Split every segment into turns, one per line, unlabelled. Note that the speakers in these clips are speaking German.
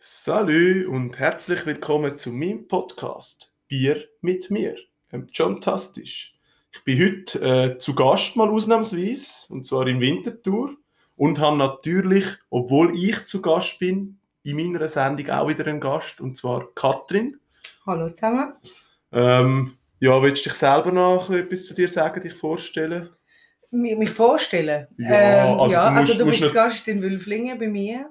Salü und herzlich willkommen zu meinem Podcast Bier mit mir, dem John Tastisch. Ich bin heute äh, zu Gast mal ausnahmsweise, und zwar in Winterthur und habe natürlich, obwohl ich zu Gast bin, in meiner Sendung auch wieder einen Gast, und zwar Katrin.
Hallo zusammen.
Ähm, ja, willst du dich selber noch etwas zu dir sagen, dich vorstellen?
Mich, mich vorstellen.
Ja,
ähm,
also
ja,
du musst-
also du
musst
bist
nicht-
Gast in Wülflingen bei mir.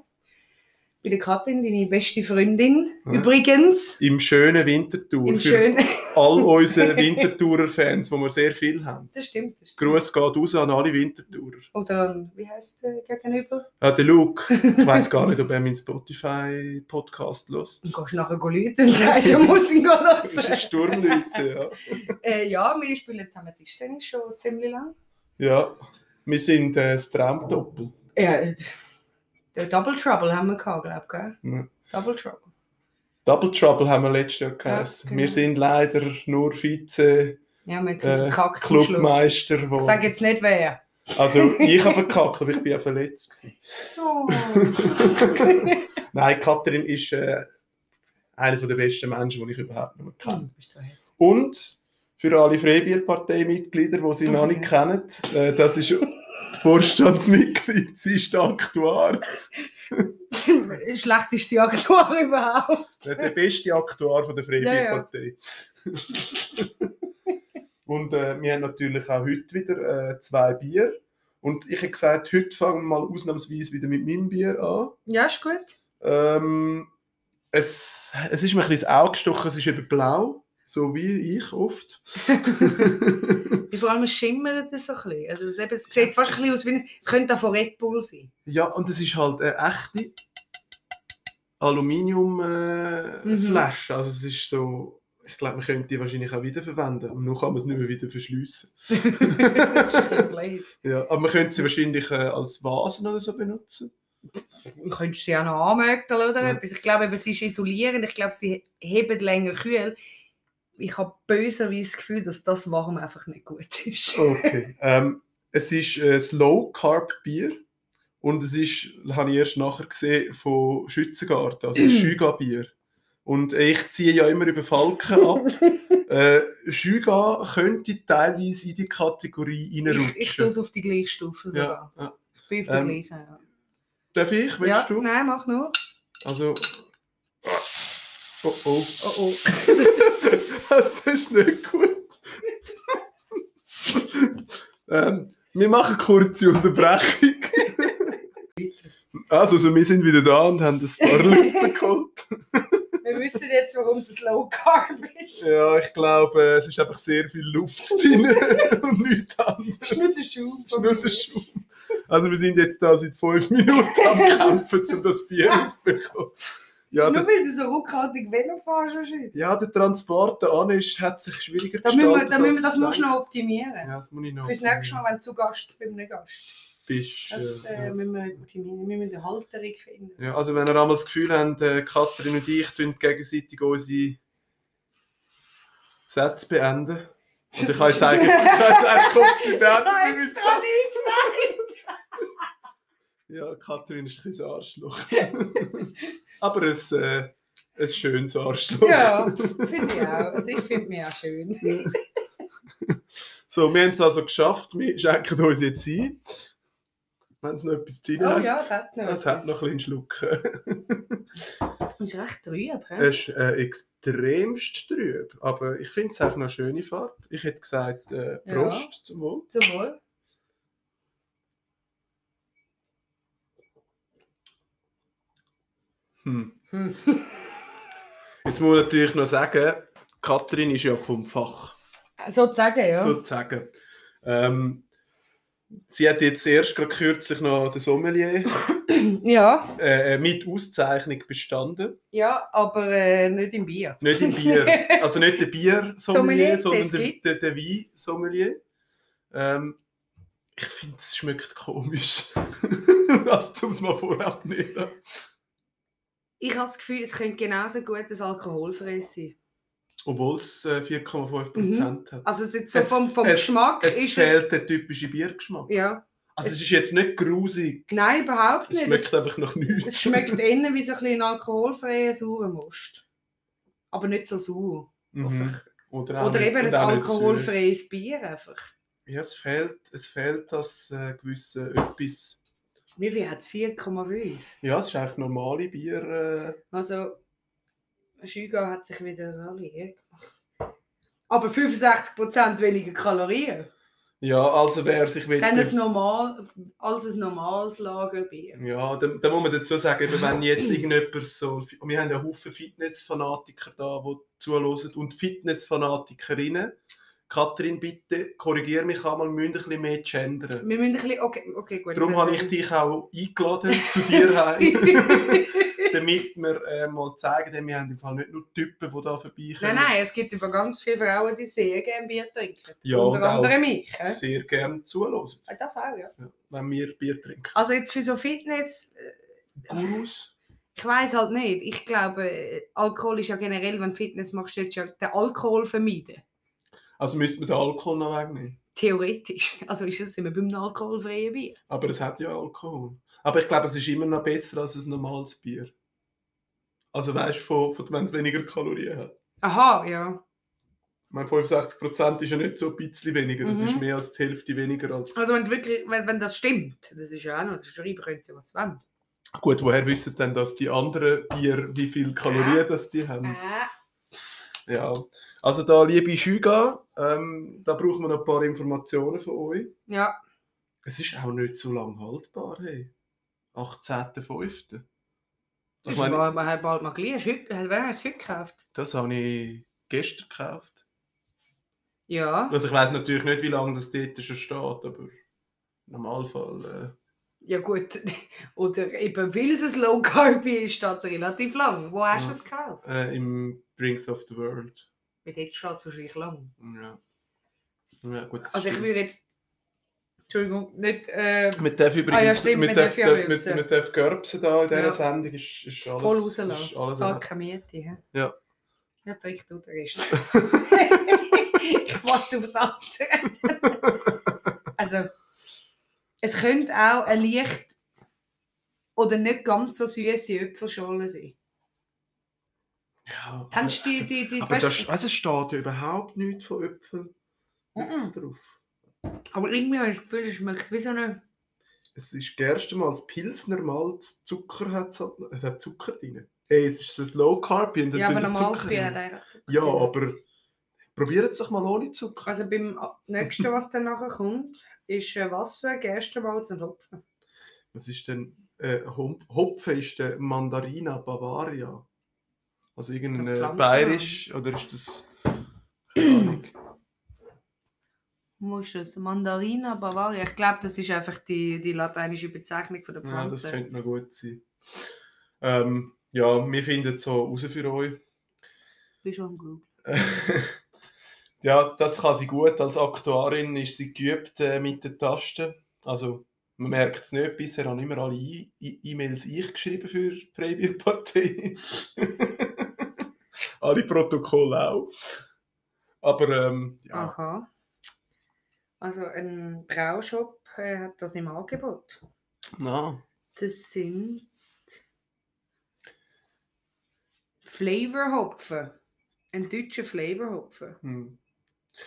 Bei der Katrin, deine beste Freundin.
Ja.
Übrigens,
Im schönen Winterthur.
im
für
schönen.
all unsere Winterthurer-Fans, wo wir sehr viel haben.
Das stimmt. Das stimmt.
Gruß geht raus an alle Winterthurer.
Oder wie heißt der gegenüber?
Ah, der Luke. Ich weiß gar nicht, ob er meinen Spotify-Podcast hört.
Du gehst nachher läuten und sagst, du musst ihn gehen
Das ist
lassen.
ein Sturmleute,
äh, ja, wir spielen zusammen Tischtennis schon ziemlich lang.
ja. ja. Wir sind äh, das Traumdoppel.
Ja, äh, der Double Trouble haben wir gehabt, glaube ich. Gell?
Ja.
Double Trouble.
Double Trouble haben wir letztes Jahr gehabt.
Ja, genau.
Wir sind leider nur Vize-Clubmeister.
Ja, wir haben
Äh,
verkackt zum Schluss. Ich sag
Wo...
jetzt nicht wer.
Also, ich habe verkackt, aber ich bin ja verletzt. Gewesen.
So.
Nein, Katrin ist äh, einer der besten Menschen, die ich überhaupt nicht mehr kenne.
Du bist so herzig.
Und für alle Freibierparteimitglieder, die sie noch
Mhm.
nicht kennen, äh, das ist das Vorstandsmitglied, sie ist der Aktuar.
schlechteste Aktuar überhaupt.
Der der beste Aktuar von der Freibierpartei. Und äh, wir haben natürlich auch heute wieder äh, zwei Bier. Und ich habe gesagt, heute fangen wir mal ausnahmsweise wieder mit meinem Bier an.
Ja, ist gut.
Ähm, es, es ist mir ein bisschen ins Auge gestochen, es ist eben blau, so wie ich oft.
Und Vor allem schimmert es so ein bisschen. Also es, eben, es sieht fast ein bisschen aus wie ein- es könnte auch von Red Bull sein.
ja, und es ist halt eine echte Aluminiumflasche. Äh,
Mhm.
Flasche. Also es ist so, ich glaube, man könnte die wahrscheinlich auch wiederverwenden. Und nun kann man es nicht mehr wieder verschliessen.
das ist ein bisschen blöd.
Ja, aber man könnte sie wahrscheinlich äh, als Vasen oder so benutzen.
Du könntest sie auch noch anmögeln oder
Ja.
etwas. Ich glaube, eben, sie ist isolierend. Ich glaube, sie heben länger kühl. Ich habe böserweise das Gefühl, dass das warm einfach nicht gut ist.
Okay. ähm, es ist ein Low Carb Bier und es ist, habe ich erst nachher gesehen, von Schützengarten, also Schüga Bier. Und äh, ich ziehe ja immer über Falken ab. äh, Schüga könnte teilweise in die Kategorie
Ich, ich tue
reinrutschen.
es auf die gleiche Stufe.
ja,
sogar.
ja.
Ich bin auf der
Ähm,
gleichen. Ja.
Darf ich? Willst
Ja,
du?
Nein, mach nur.
Also. Oh oh.
Oh, oh.
Das ist nicht gut. ähm, wir machen eine kurze Unterbrechung. also, also, wir sind wieder da und haben ein paar Leute geholt.
Wir wissen jetzt, warum es ein Low Carb ist.
Ja, ich glaube, äh, es ist einfach sehr viel Luft drin und nichts
Das ist nur
anderes.
der Schuh.
Es ist nur der Schuh. Also, wir sind jetzt da seit fünf Minuten am Kämpfen, um das Bier aufzubekommen. Ja,
nur
der,
weil du so rückhaltig Velo fährst, wahrscheinlich.
ja, der Transport da an ist, hat sich schwieriger
Da müssen wir, da müssen wir
als
das musst du
gedacht.
noch optimieren.
Ja, das muss ich noch.
Fürs nächste Mal, wenn du zu Gast bei einem Gast
bist.
Das
ja,
äh,
ja.
müssen wir optimieren. Wir müssen eine Halterung finden.
Ja, also wenn ihr einmal das Gefühl habt, äh, Katrin und ich tun gegenseitig unsere Sätze beenden. Also ich kann jetzt eigentlich, ich kann jetzt eigentlich kurz sie beenden. mit meinem Satz.
nicht
Ja, Katrin ist ein bisschen ein Arschloch. Aber ein, äh, ein schönes Arschloch.
Ja, finde ich auch. Also ich finde mich auch schön.
So, wir haben es also geschafft. Wir schenken uns jetzt ein. Wenn es noch etwas drin
Oh
hat.
ja, es hat noch
Es hat
etwas.
noch ein bisschen Schlucken.
Du bist recht trüb, hä?
Es ist äh, extremst trüb, aber ich finde es auch eine schöne Farbe. Ich hätte gesagt äh,
Ja.
Prost zum Wohl.
Zum Wohl.
Hm.
Hm.
Jetzt muss ich natürlich noch sagen, Katrin ist ja vom Fach,
Sozusagen, ja.
sozusagen. Ähm, sie hat jetzt erst gerade kürzlich noch den Sommelier
Ja,
äh, äh, mit Auszeichnung bestanden.
ja, aber äh, nicht im Bier.
Nicht im Bier, also nicht der Bier-Sommelier,
Sommelier,
sondern
das
der,
gibt.
der, der Wein-Sommelier. Ähm, ich finde, es schmeckt komisch. Also, das tun wir mal vorab nicht.
Ich habe das Gefühl, es könnte genauso gut ein alkoholfreies sein.
Obwohl es äh, 4,5%
Mhm.
hat.
Also es ist so
Es-
vom, vom
es,
Geschmack
es
ist
fehlt der typische Biergeschmack.
es. Ja.
Also es ist jetzt nicht grusig.
Nein, überhaupt
Es
nicht.
schmeckt einfach nach
Es, es
nichts.
schmeckt innen wie so ein bisschen alkoholfreier saurer Most. Aber nicht so sauer.
Mhm. Oder, auch
Oder
nicht-
eben ein
und auch nicht süß.
alkoholfreies Bier einfach.
Ja, es fehlt, es fehlt das äh, gewisse etwas.
Wie viel hat es? 4,5.
Ja, es ist eigentlich normale Bier. Äh,
Also, Schüga hat sich wieder alle irre gemacht. Aber 65% weniger Kalorien.
ja, also wer sich will.
Dann ein normal, als ein normales Lagerbier.
Ja, da, da muss man dazu sagen, eben, wenn jetzt irgendjemand so. Wir haben ja Haufen Fitnessfanatiker da, die zuhören und Fitnessfanatikerinnen. Katrin, bitte korrigiere mich einmal, wir müssen ein bisschen mehr gendern.
Wir müssen ein bisschen. Okay, okay gut.
Darum
dann-
habe ich dich auch eingeladen zu dir heim, damit wir äh, mal zeigen, denn wir haben im Fall nicht nur Typen, die da vorbeikommen.
nein, nein, es gibt aber ganz viele Frauen, die sehr gerne Bier trinken.
Ja, und
Unter
auch-
anderem ich. hä?
Sehr gerne zuhören,
Äh, Das auch, ja.
ja, wenn wir Bier trinken.
Also jetzt für so Fitness, äh,
Gurus?
ich weiß halt nicht. Ich glaube, äh, Alkohol ist ja generell, wenn du Fitness machst, solltest du ja den Alkohol vermeiden.
Also müsste man den Alkohol noch wegnehmen.
Theoretisch. Also ist es immer beim alkoholfreien Bier.
Aber es hat ja Alkohol. Aber ich glaube, es ist immer noch besser als ein normales Bier. Also weißt du, wenn es weniger Kalorien hat.
Aha, ja.
Ich meine, 65% ist ja nicht so ein bisschen weniger. Das
Mhm.
ist mehr als die Hälfte weniger als.
Also wenn, du wirklich, wenn, wenn das stimmt, das ist ja auch noch, das schreiben können sie, was sie wollen.
Gut, woher wissen denn, dass die anderen Bier, wie viel Kalorien das die haben?
Äh.
Ja. Also da, liebe Schüga, ähm, da brauchen wir noch ein paar Informationen von euch.
Ja,
Es ist auch nicht so lange haltbar, hey. 18.05.
das
Ich
ist
meine,
mal, man hat bald mal geliehen. Ist heute- Wer hat es heute gekauft?
das habe ich gestern gekauft.
Ja.
Also ich weiß natürlich nicht, wie lange das dort schon steht, aber im Normalfall.
Ja gut. Oder eben, weil es ein Low Carb Bier ist, steht es relativ lang. Wo hast du
Ja.
es gekauft?
Äh, äh, Im Drinks of the World.
Weil dort steht es wahrscheinlich lang.
Ja. Ja, gut. das
Also ich
stimmt.
würde jetzt... Entschuldigung, nicht... Äh,
Man darf übrigens,
ja, stimmt,
man,
man
darf,
darf ja
man,
rülpsen.
man darf gürpsen da in dieser
Ja.
Sendung, ist, ist alles,
Voll
ist
rauslassen.
alles
zahlt keine Miete, hä?
Ja.
Ja, trink du den Rest. ich warte aufs andere. also, es könnte auch ein leicht oder nicht ganz so süße Äpfelschale sein.
Ja,
Kennst du
also-
die, die, die
Aber
weißt-
da, also es steht ja überhaupt nichts von Äpfeln
Mhm.
drauf.
Aber irgendwie habe ich das Gefühl, es schmeckt wie so eine...
Es ist Gerste Malz, Pilsner Malz, Zucker hat es halt, es hat Zucker drin. Ey, es ist ein Low Carb Bier. und dann
Ja, aber
tun die
normales
Zucker
Bier hat
rein.
eigentlich auch Zucker
Ja,
drin.
aber probiert es doch mal ohne Zucker.
Also beim nächsten, was dann nachher kommt, ist äh, Wasser, Gerstenmalz und Hopfen.
Was ist denn äh, Hom- Hopfen ist der Mandarina Bavaria. Also irgendein
Eine
äh,
Pflanze.
bayerisch oder ist das keine Ahnung.
Muss es. Mandarina dus Bavaria. Ich glaube, das ist einfach die, die lateinische Bezeichnung von der
Ja, das
Pflanze.
könnte noch gut sein. Ähm, ja, wir finden so raus für euch.
Bist du am Google?
ja, das kann sie gut. Als Aktuarin ist sie geübt äh, mit den Tasten. Also, man merkt es nicht. Bisher haben immer alle E- E- E-Mails ich geschrieben für die Freibierpartei. alle Protokolle auch. Aber ähm, ja,
Aha. Also ein Braushop äh, hat das im Angebot.
na,
Das sind Flavorhopfen. Ein deutscher Flavorhopfen.
hm.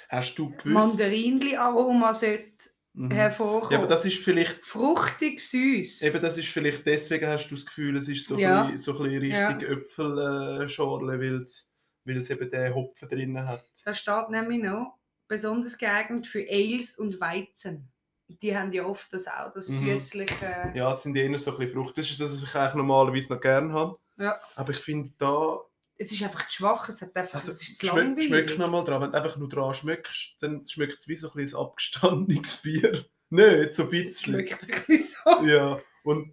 Hast du gewusst?
Mandarinli-Aroma sollte
Mhm. Ja,
hervorkommen.
aber das ist vielleicht
Fruchtig süß.
Eben, das ist vielleicht deswegen hast du das Gefühl, es ist so
Ja.
ein bisschen, so ein bisschen richtig Äpfelschorle, weil es weil es eben den Hopfen drin hat.
Da steht nämlich noch, besonders geeignet für Ales und Weizen. Die haben ja oft das auch, das
Mhm.
süßliche.
Ja, es sind eher so ein bisschen Frucht. Das ist das, was ich eigentlich normalerweise noch gerne habe.
Ja.
Aber ich finde da,
Es ist einfach zu schwach, es hat einfach,
also
es ist zu
schmeckt
langweilig.
schmeck nochmal dran. Wenn du einfach nur dran schmeckst, dann schmeckt es wie so ein bisschen ein abgestandenes Bier. Nicht so ein bisschen.
Schmeckt ein bisschen so.
Ja, und,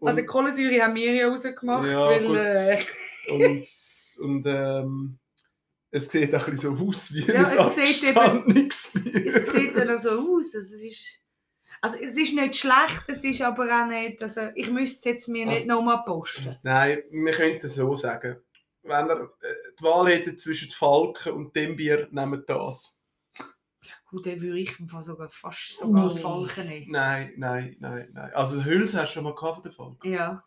und,
Also Kohlensäure haben wir ja rausgemacht,
Ja, gut.
weil äh,
und, und ähm, es sieht auch ein bisschen so aus wie
Ja,
ein
es sieht eben-
abgestandenes Bier.
es sieht dann auch so aus. Also es, ist, also es ist nicht schlecht, es ist aber auch nicht, also ich müsste es jetzt mir
Also-
nicht nochmal posten.
Nein, wir könnten so sagen. Wenn ihr äh, die Wahl hättet zwischen Falken und dem Bier, nehmt das.
Gut, den würde ich im Fall sogar fast sogar als
Ui.
Falken nehmen.
Nein, nein, nein, nein. Also Hülse hast du schon mal gehabt von der Falken.
Ja.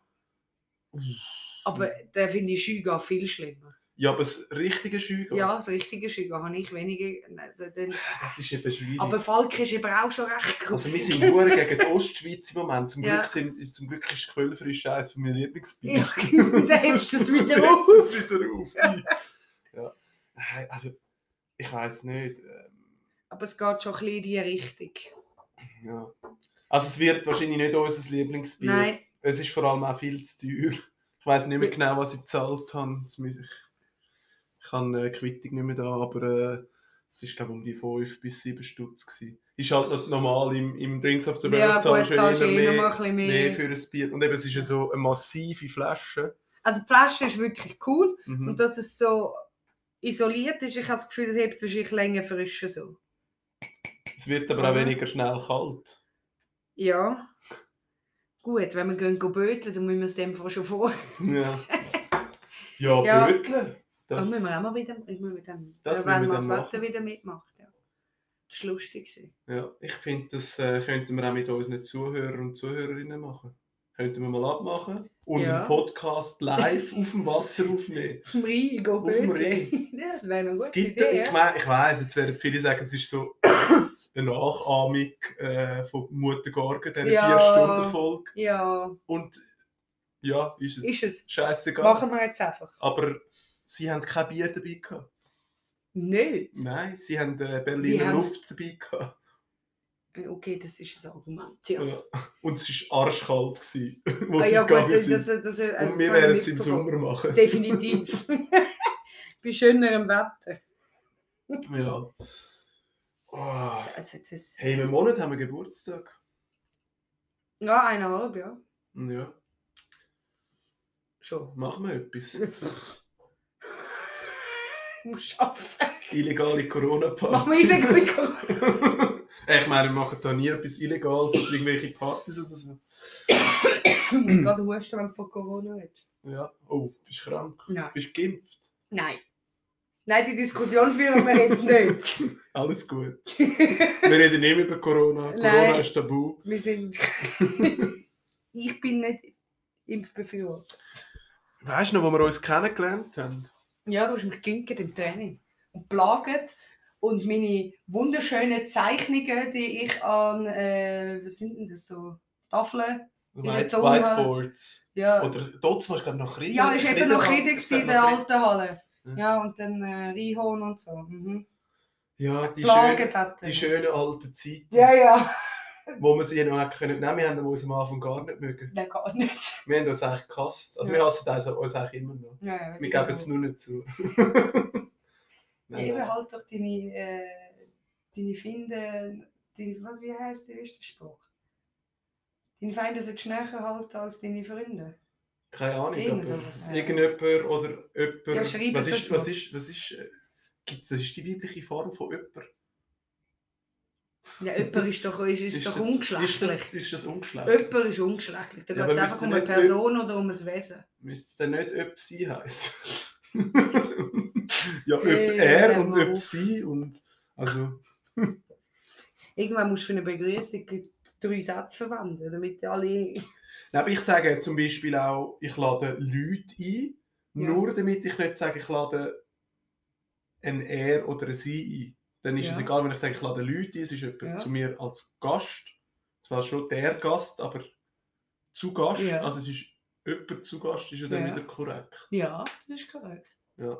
Aber den finde ich Schüga viel schlimmer.
Ja, aber das richtige Schüge.
Ja, das richtige Schüga habe ich weniger. nein, den- den-
Das ist eben schwierig.
Aber Falken ist eben auch schon recht groß.
also wir sind nur gegen die Ostschweiz im Moment. Zum Glück,
Ja.
sind, zum Glück ist Kölnfrisch eines von meinen Lieblingsbier.
ja, dann hebst du es wieder
Dann
auf.
hebst du es wieder auf. ja. Nein, Also, ich weiß nicht. ähm,
Aber es geht schon ein bisschen in die Richtung.
Ja. Also es wird wahrscheinlich nicht unser Lieblingsbier.
Nein,
Es ist vor allem auch viel zu teuer. Ich weiß nicht mehr genau, was ich gezahlt habe. Das mü- Ich ich habe äh, die Quittung nicht mehr da, aber äh, es war glaube um die 5 bis 7 Stutz. Gewesen. Ist halt noch normal, im, im Drinks of the World
ja, gut,
zahlst du
zahlst du
immer
eh noch mal ein bisschen
mehr
mehr.
für ein Bier. Und eben, es ist ja so eine massive Flasche.
Also die Flasche ist wirklich cool.
Mhm.
Und dass es so isoliert ist, ich habe das Gefühl, das hebt wahrscheinlich länger frischer so.
Es wird aber auch
Mhm.
weniger schnell kalt.
Ja. Gut, wenn wir gehen, gehen böteln, dann müssen wir es dem vor- schon vor.
Ja, ja,
Ja.
Bötle.
Das müssen
Das,
wir auch mal wieder, ich muss mit dem,
Das
ja, wenn
müssen wir
wir das
dann
Wetter
machen.
wieder mitmacht. Ja. Das war lustig. gewesen.
ja, ich finde, das äh, könnten wir auch mit unseren Zuhörern und Zuhörerinnen machen. Könnten wir mal abmachen und
Ja.
einen Podcast live auf dem Wasser aufnehmen.
Auf dem Rhein gehen
Auf dem
böteln. Ja, das wäre noch
Es
gut.
gibt,
Idee.
ich,
ja.
mein, ich weiss, jetzt werden viele sagen, es ist so eine Nachahmung äh, von Mutter Gorgen, dieser
Ja.
4-Stunden-Folge.
ja,
Und ja, ist es.
ist es.
Scheißegal.
Machen wir jetzt einfach.
Aber sie haben kein Bier dabei gehabt.
Nicht.
Nein, sie haben äh, Berliner
haben-
Luft dabei gehabt.
Okay, das ist ein Argument. Ja.
Ja. Und es war arschkalt, gewesen, wo
Ah,
sie
ja,
gegangen
gut, das,
sind.
das, das, das,
Und wir werden es im Sommer machen.
Definitiv. Bei schönerem Wetter.
Ja. Oh.
Also das,
Hey, im Monat haben wir Geburtstag.
ja, eineinhalb, ja.
Ja,
Schon.
machen wir etwas.
Muss arbeiten.
Illegale
Mach mal
Corona-Party.
illegal.
Hey, ich meine, wir machen da nie etwas Illegales, oder irgendwelche Partys oder so.
Gerade husten, wenn Oh du von Corona redest.
Ja. Oh, bist krank.
Nein.
Bist geimpft.
Nein. Nein, die Diskussion führen wir jetzt nicht.
Alles gut. Wir reden nicht mehr über Corona. Corona
Nein.
ist tabu.
Wir sind. ich bin nicht Impfbefürworter.
Weißt du noch, wo wir uns kennengelernt haben?
Ja, du hast mich ginkert im Training. Und plagt. Und meine wunderschönen Zeichnungen, die ich an. Äh, was sind denn das so? Tafeln? der
White,
Donau.
Whiteboards.
Ja.
Oder dort war glaube noch Reden.
Ja, ist eben noch Rede gewesen in der alten Halle.
Ja.
Ja, und dann äh, Rihorn und so. Mhm.
Ja, die, schöne,
Plagen hat
die schönen alten Zeiten,
Genau. Ja, ja.
wo wir sie noch hätten können. Nein, wir haben uns am Anfang gar nicht mögen.
Nein, gar nicht.
Wir haben uns eigentlich gehasst. Also
Ja.
wir hassen also uns eigentlich immer noch.
Ja, ja,
Wir
genau.
geben es nur nicht zu.
Eben
nein, nein.
halt doch deine, äh, deine Finde, deine, was, wie heisst der, wie ist der Spruch? Deine Feinde sind schneller halten als deine Freunde.
Keine Ahnung.
Irgend
aber
sowas, ja.
Irgendjemand oder jemand.
Ja, schreibt
was,
das
ist,
mal.
was ist, was ist, äh, gibt's, was ist die weibliche Form von jemand?
Ja, jemand ist doch, ist, ist doch
das,
ungeschlechtlich.
Äh, Ist das, ist das ungeschlechtlich?
Jemand ist ungeschlechtlich. Da
Ja,
geht es
aber müssen
einfach um eine
nicht-
Person oder um ein Wesen.
Müsste es dann nicht ob sie heißen? ja, ob
Hey,
er
hör
und
mal
ob
auf.
sie und also
Irgendwann musst du für eine Begrüßung drei Sätze verwenden, damit alle...
Nein, aber ich sage zum Beispiel auch, ich lade Leute ein,
Ja.
nur damit ich nicht sage, ich lade ein Er oder ein Sie ein. Dann ist
Ja.
es egal, wenn ich sage, ich lade Leute ein, es ist jemand
Ja.
zu mir als Gast. Zwar schon der Gast, aber zu Gast.
Ja.
Also es ist jemand zu Gast, ist ja dann
Ja.
wieder korrekt.
Ja, das ist korrekt.
Ja.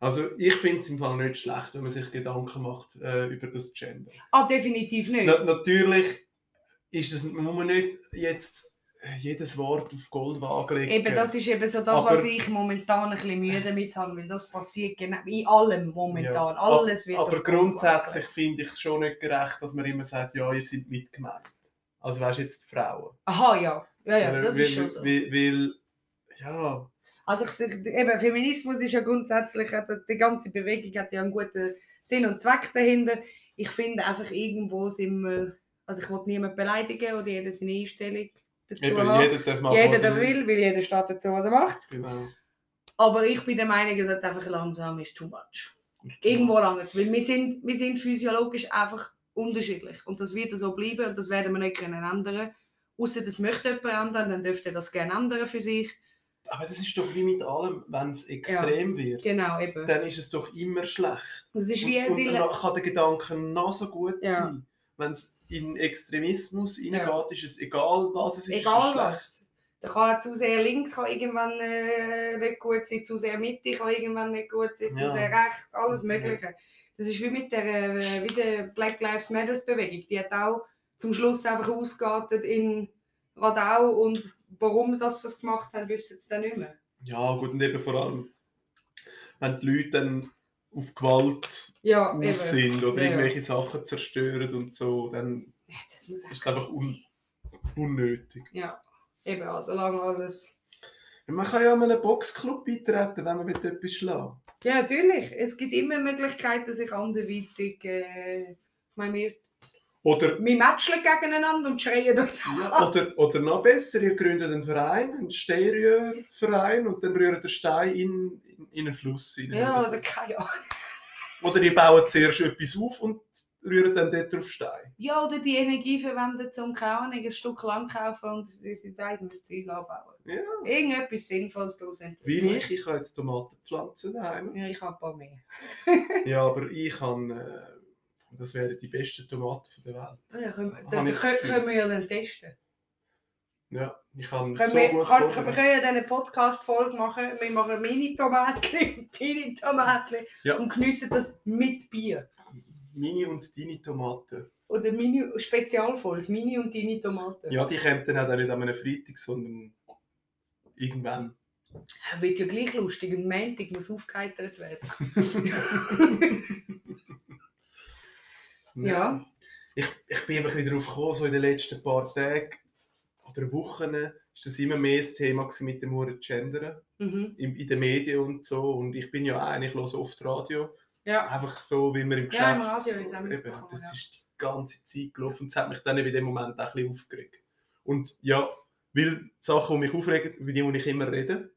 Also ich finde es im Fall nicht schlecht, wenn man sich Gedanken macht äh, über das Gender.
Ah, definitiv nicht.
Na, natürlich ist es, muss man nicht jetzt jedes Wort auf Gold anlegen.
Eben, das ist eben so das,
Aber-
was ich momentan ein bisschen Mühe damit habe, weil das passiert genau in allem momentan.
Ja.
Alles wird
Aber
auf die Grundlage
grundsätzlich
gelegt.
finde ich es schon nicht gerecht, dass man immer sagt, ja, ihr seid mitgemeint. Also weißt du jetzt die Frauen.
Aha, ja. Ah Ja, ja, das
weil,
ist schon so.
Weil, weil ja,
Also ich, sag- eben, Feminismus ist ja grundsätzlich, hat- die ganze Bewegung hat ja einen guten Sinn und Zweck dahinter. Ich finde einfach irgendwo sind wir, also ich will niemanden beleidigen oder jeder seine Einstellung dazu
eben,
haben.
jeder darf machen,
Jeder,
was er
der will, weil jeder steht dazu, was er macht.
Genau.
Aber ich bin der Meinung, es hat einfach langsam ist too much. Irgendwo langt weil wir sind, wir sind physiologisch einfach unterschiedlich. Und das wird so bleiben und das werden wir nicht können ändern. Außer das möchte jemand ändern, dann dürfte das gerne ändern für sich.
Aber das ist doch wie mit allem, wenn es extrem wird,
Genau, eben.
dann ist es doch immer schlecht.
Das ist wie
Und, und
die
dann
Le-
kann der Gedanke noch so gut
Ja.
sein. Wenn es in Extremismus reingeht,
Ja.
ist es egal, was es ist.
Egal
ist es
was. Da kann zu sehr links kann irgendwann äh, nicht gut sein, zu sehr Mitte kann irgendwann nicht gut sein, zu
Ja.
sehr rechts, alles Mögliche. Das ist wie mit der, äh, wie der Black Lives Matters Bewegung. Die hat auch zum Schluss einfach ausgeartet in Radau und warum das das gemacht haben, wissen sie dann nicht mehr.
schlecht. Ja, gut, und eben vor allem, wenn die Leute dann auf Gewalt
Ja, eben.
aus sind oder
Ja, ja.
irgendwelche Sachen zerstören und so, dann
Ja, das muss
ist es einfach
nicht sein.
un unnötig.
Ja, eben, also lange alles.
Man kann ja an einen Boxclub beitreten, wenn man mit etwas schlagen
Ja, natürlich. Es gibt immer Möglichkeiten, sich anderweitig. Äh, ich meine, wir
Oder,
Wir matschen gegeneinander und schreien uns an.
ja, oder, oder noch besser, ihr gründet einen Verein, einen Steyrührverein und dann rührt der Stein in, in, in einen Fluss rein.
Ja,
oder so.
oder keine Ahnung.
Oder die bauen zuerst etwas auf und rühren dann dort drauf Stein.
Ja, oder die Energie verwenden zum Kauen, ein Stück Land kaufen und unsere eigenen Ziele anbauen.
Ja.
Irgendetwas Sinnvolles daraus entwickeln.
Wie ich, ich habe jetzt Tomatenpflanzen daheim.
Ja, ich habe ein paar mehr.
Ja, aber ich habe, äh, das wären die besten Tomaten von der Welt.
Ja, können,
Hab
dann
ich das
können,
Gefühl.
können wir ja dann testen.
Ja, ich habe
Können
so
wir,
gut
kann, wir
vorbereitet.
können ja dann eine Podcast-Folge machen. Wir machen Mini-Tomatli und Tini-Tomatli
Ja.
und geniessen das mit Bier.
Meine und deine Tomaten.
Oder Mini-Spezialfolge, Mini und Tini-Tomaten.
Ja, die kommen dann auch dann nicht an einem Freitag, sondern irgendwann.
Äh, Wird ja gleich lustig. Am Montag muss aufgeheitert werden. Ja.
Ich, ich bin einfach wieder darauf gekommen, so in den letzten paar Tagen oder Wochen ist das immer mehr das Thema gewesen mit dem Huren Gendern.
Mhm.
in, in den Medien und so. Und ich bin ja auch, ich höre oft Radio.
Ja.
Einfach so, wie wir im Geschäft.
Ja, im Radio ist es auch
eben,
mitbekommen,
Das
ja.
ist die ganze Zeit gelaufen. Und das hat mich dann in dem Moment auch ein bisschen aufgeregt. Und ja, weil die Sachen, die mich aufregen, über die muss ich immer reden.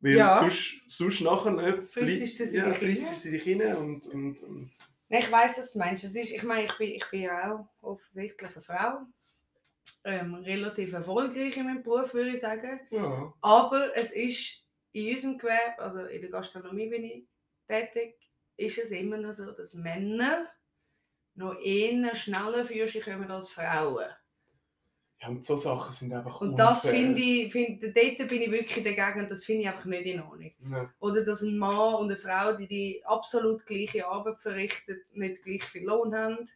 Weil
Ja.
sonst, sonst nachher ne,
Frissest du sie
ja,
dich rein?
frissest du dich rein und, und, und
Nein, ich weiß, was du meinst. Es ist, ich meine, ich bin, ich bin ja auch offensichtlich eine Frau. Ähm, relativ erfolgreich in meinem Beruf, würde ich sagen.
ja.
Aber es ist in unserem Gewerbe, also in der Gastronomie bin ich tätig, ist es immer noch so, dass Männer noch eher schneller für sich kommen als Frauen.
ja, und so Sachen sind einfach
Und das
unfair.
finde ich, find, dort bin ich wirklich dagegen und das finde ich einfach nicht in Ordnung.
Ja.
Oder dass ein Mann und eine Frau, die die absolut gleiche Arbeit verrichten, nicht gleich viel Lohn haben.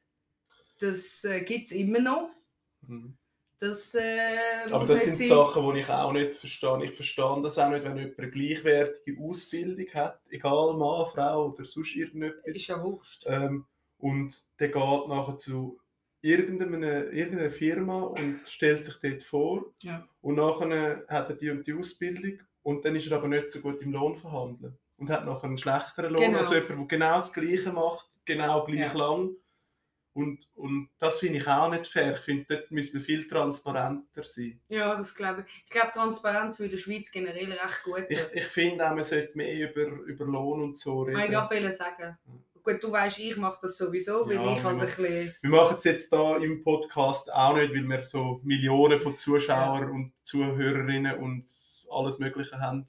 Das äh, gibt es immer noch.
Mhm.
Das, äh,
Aber
muss
das
nicht
sind
sein.
Sachen, die ich auch nicht verstehe. Ich verstehe das auch nicht, wenn jemand eine gleichwertige Ausbildung hat, egal Mann, Frau oder sonst
Ist
irgendetwas.
ja wurscht.
Ähm, und der geht nachher zu irgendeiner, irgendeiner Firma und stellt sich dort vor.
Ja.
Und nachher hat er die und die Ausbildung und dann ist er aber nicht so gut im Lohn verhandeln. Und hat nachher einen schlechteren Lohn
Genau.
als jemand, der genau das Gleiche macht, genau gleich
Ja.
lang. Und, und das finde ich auch nicht fair. Ich finde, dort müssen wir viel transparenter sein.
Ja, das glaube ich. Ich glaube, Transparenz würde der Schweiz generell recht gut
Ich,
tun.
ich finde auch, man sollte mehr über, über Lohn und so
Habe Ich
reden.
wollte gerade sagen. Gut, du weißt, ich mache das sowieso, weil
Ja,
ich halt ein
wir-
bisschen.
Wir machen es jetzt da im Podcast auch nicht, weil wir so Millionen von Zuschauern und Zuhörerinnen und alles Mögliche haben.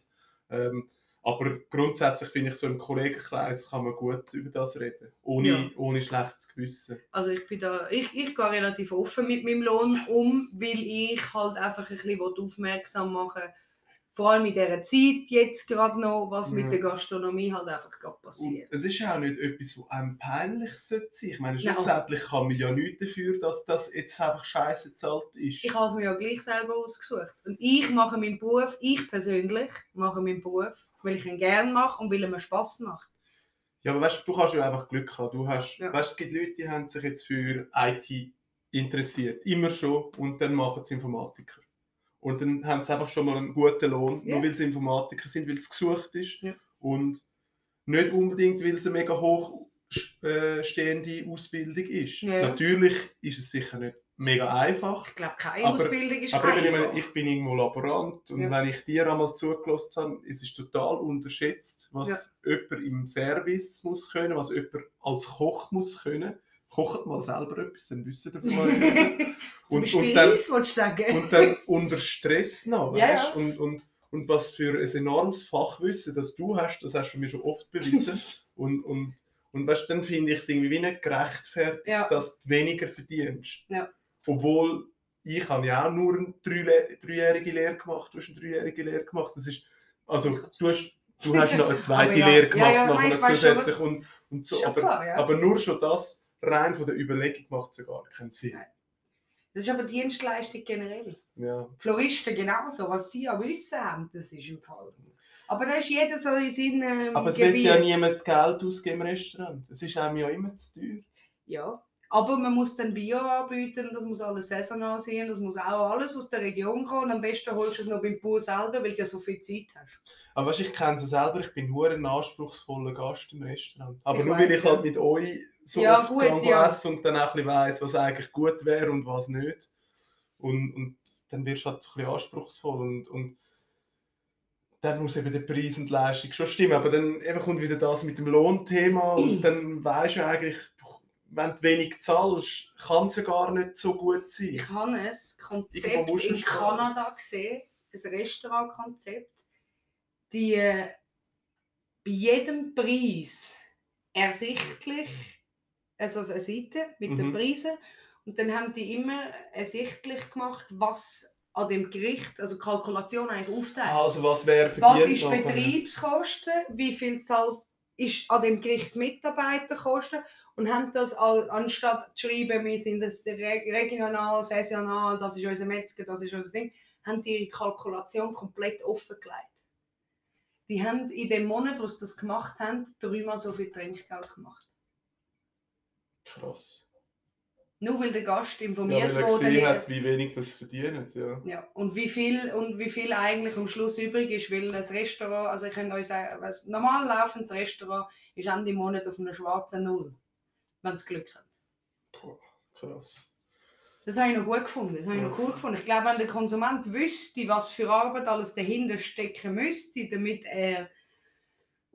Ähm, aber grundsätzlich finde ich, so im Kollegenkreis kann man gut über das reden, ohne,
Ja.
ohne schlechtes Gewissen.
Also ich bin da, ich, ich gehe relativ offen mit meinem Lohn um, weil ich halt einfach ein bisschen will aufmerksam machen will. vor allem in dieser Zeit jetzt gerade noch, was
Ja.
mit der Gastronomie halt einfach gerade
Und
passiert.
es ist ja auch nicht etwas, was einem peinlich sein sollte. Ich meine,
Nein.
schlussendlich kann man ja nichts dafür, dass das jetzt einfach scheiße zahlt ist.
Ich habe es mir ja gleich selber ausgesucht. Und ich mache meinen Beruf, ich persönlich mache meinen Beruf, weil ich ihn gerne mache und weil er mir Spass macht.
Ja, aber weißt, du kannst ja einfach Glück haben. Du hast,
Ja.
weißt, es gibt Leute, die haben sich jetzt für IT interessiert, immer schon, und dann machen sie Informatiker. Und dann haben sie einfach schon mal einen guten Lohn,
Ja.
nur weil sie Informatiker sind, weil es gesucht ist.
Ja.
Und nicht unbedingt, weil es eine mega hochstehende Ausbildung ist.
Ja.
Natürlich ist es sicher nicht mega einfach.
Ich glaube, keine
Aber-
Ausbildung ist
Aber eben, ich,
einfach.
meine, ich bin irgendwo Laborant und
Ja.
wenn ich dir einmal zugelassen habe, es ist total unterschätzt, was jemand im Service muss können, was jemand als Koch muss können. Kocht mal selber etwas, dann wissen ihr davon.
Zum
Und-
Beispiel
und dann-
Eis, wolltest du sagen.
und dann unter Stress noch,
Ja,
weißt? Und, und, und was für ein enormes Fachwissen das du hast, das hast du mir schon oft bewiesen. und, und, und weißt, dann finde ich es irgendwie wie nicht gerechtfertigt,
Ja.
dass du weniger verdienst.
Ja.
Obwohl ich habe ja auch nur eine drei Le- dreijährige Lehre gemacht, du hast eine dreijährige Lehre gemacht. Das ist, also du hast, du hast noch eine zweite
Aber ja.
Lehre
Ja,
gemacht,
ja,
nachher
nein,
noch
ich weiss schon,
zusätzlich
was-
und, und so.
Ist schon
Aber,
klar, ja.
aber nur schon das rein von der Überlegung macht es ja gar keinen Sinn.
Nein. Das ist aber Dienstleistung generell.
Ja.
Floristen genauso, was die ja wissen haben, das ist im Fall. Aber da ist jeder so in seinem
Aber es
Gebiet.
wird ja niemand Geld ausgeben im Restaurant. Es ist einem ja immer zu teuer.
Ja. Aber man muss dann Bio anbieten, das muss alles saisonal sein, das muss auch alles aus der Region kommen. Und am besten holst du es noch beim Bauer selber, weil du ja so viel Zeit hast.
Aber weißt, ich kenne es ja selber, ich bin nur ein anspruchsvoller Gast im Restaurant. Aber
Ich
nur
weiss,
weil ich
ja.
halt mit euch so
Ja,
oft
gut,
gehe
ja.
esse und dann auch ein bisschen weiss, was eigentlich gut wäre und was nicht. Und, und dann wirst du halt so ein bisschen anspruchsvoll und, und dann muss eben der Preis und die Leistung schon stimmen. Aber dann eben kommt wieder das mit dem Lohnthema und dann weisst du eigentlich, wenn du wenig zahlst, kann es ja gar nicht so gut sein.
Ich habe ein Konzept
Irgendwo musst du
in
sparen.
Kanada gesehen, ein Restaurantkonzept, die äh, bei jedem Preis ersichtlich, also so eine Seite mit den
Mhm.
Preisen, und dann haben die immer ersichtlich gemacht, was an dem Gericht, also Kalkulation eigentlich aufteilt.
Also was wäre verdient?
Was ist
nachher?
Betriebskosten? Wie viel zahlt, ist an dem Gericht Mitarbeiterkosten? Und haben das all, anstatt zu schreiben, wir sind das der Re- regional, saisonal, das ist unser Metzger, das ist unser Ding, haben die ihre Kalkulation komplett offengelegt. Die haben in dem Monat, wo sie das gemacht haben, dreimal so viel Trinkgeld gemacht.
Krass.
Nur weil der Gast
Ja, weil
informiert
er
wurde.
gesehen hat, wie wenig das verdient. Ja.
Ja, und wie viel, und wie viel eigentlich am Schluss übrig ist, weil das Restaurant, also ich könnte euch sagen, was normal laufendes Restaurant ist Ende Monat auf einer schwarzen Null, wenn es Glück hat.
Krass.
Das habe ich noch gut gefunden, das habe ich noch cool gefunden. Ich glaube, wenn der Konsument wüsste, was für Arbeit alles dahinter stecken müsste, damit er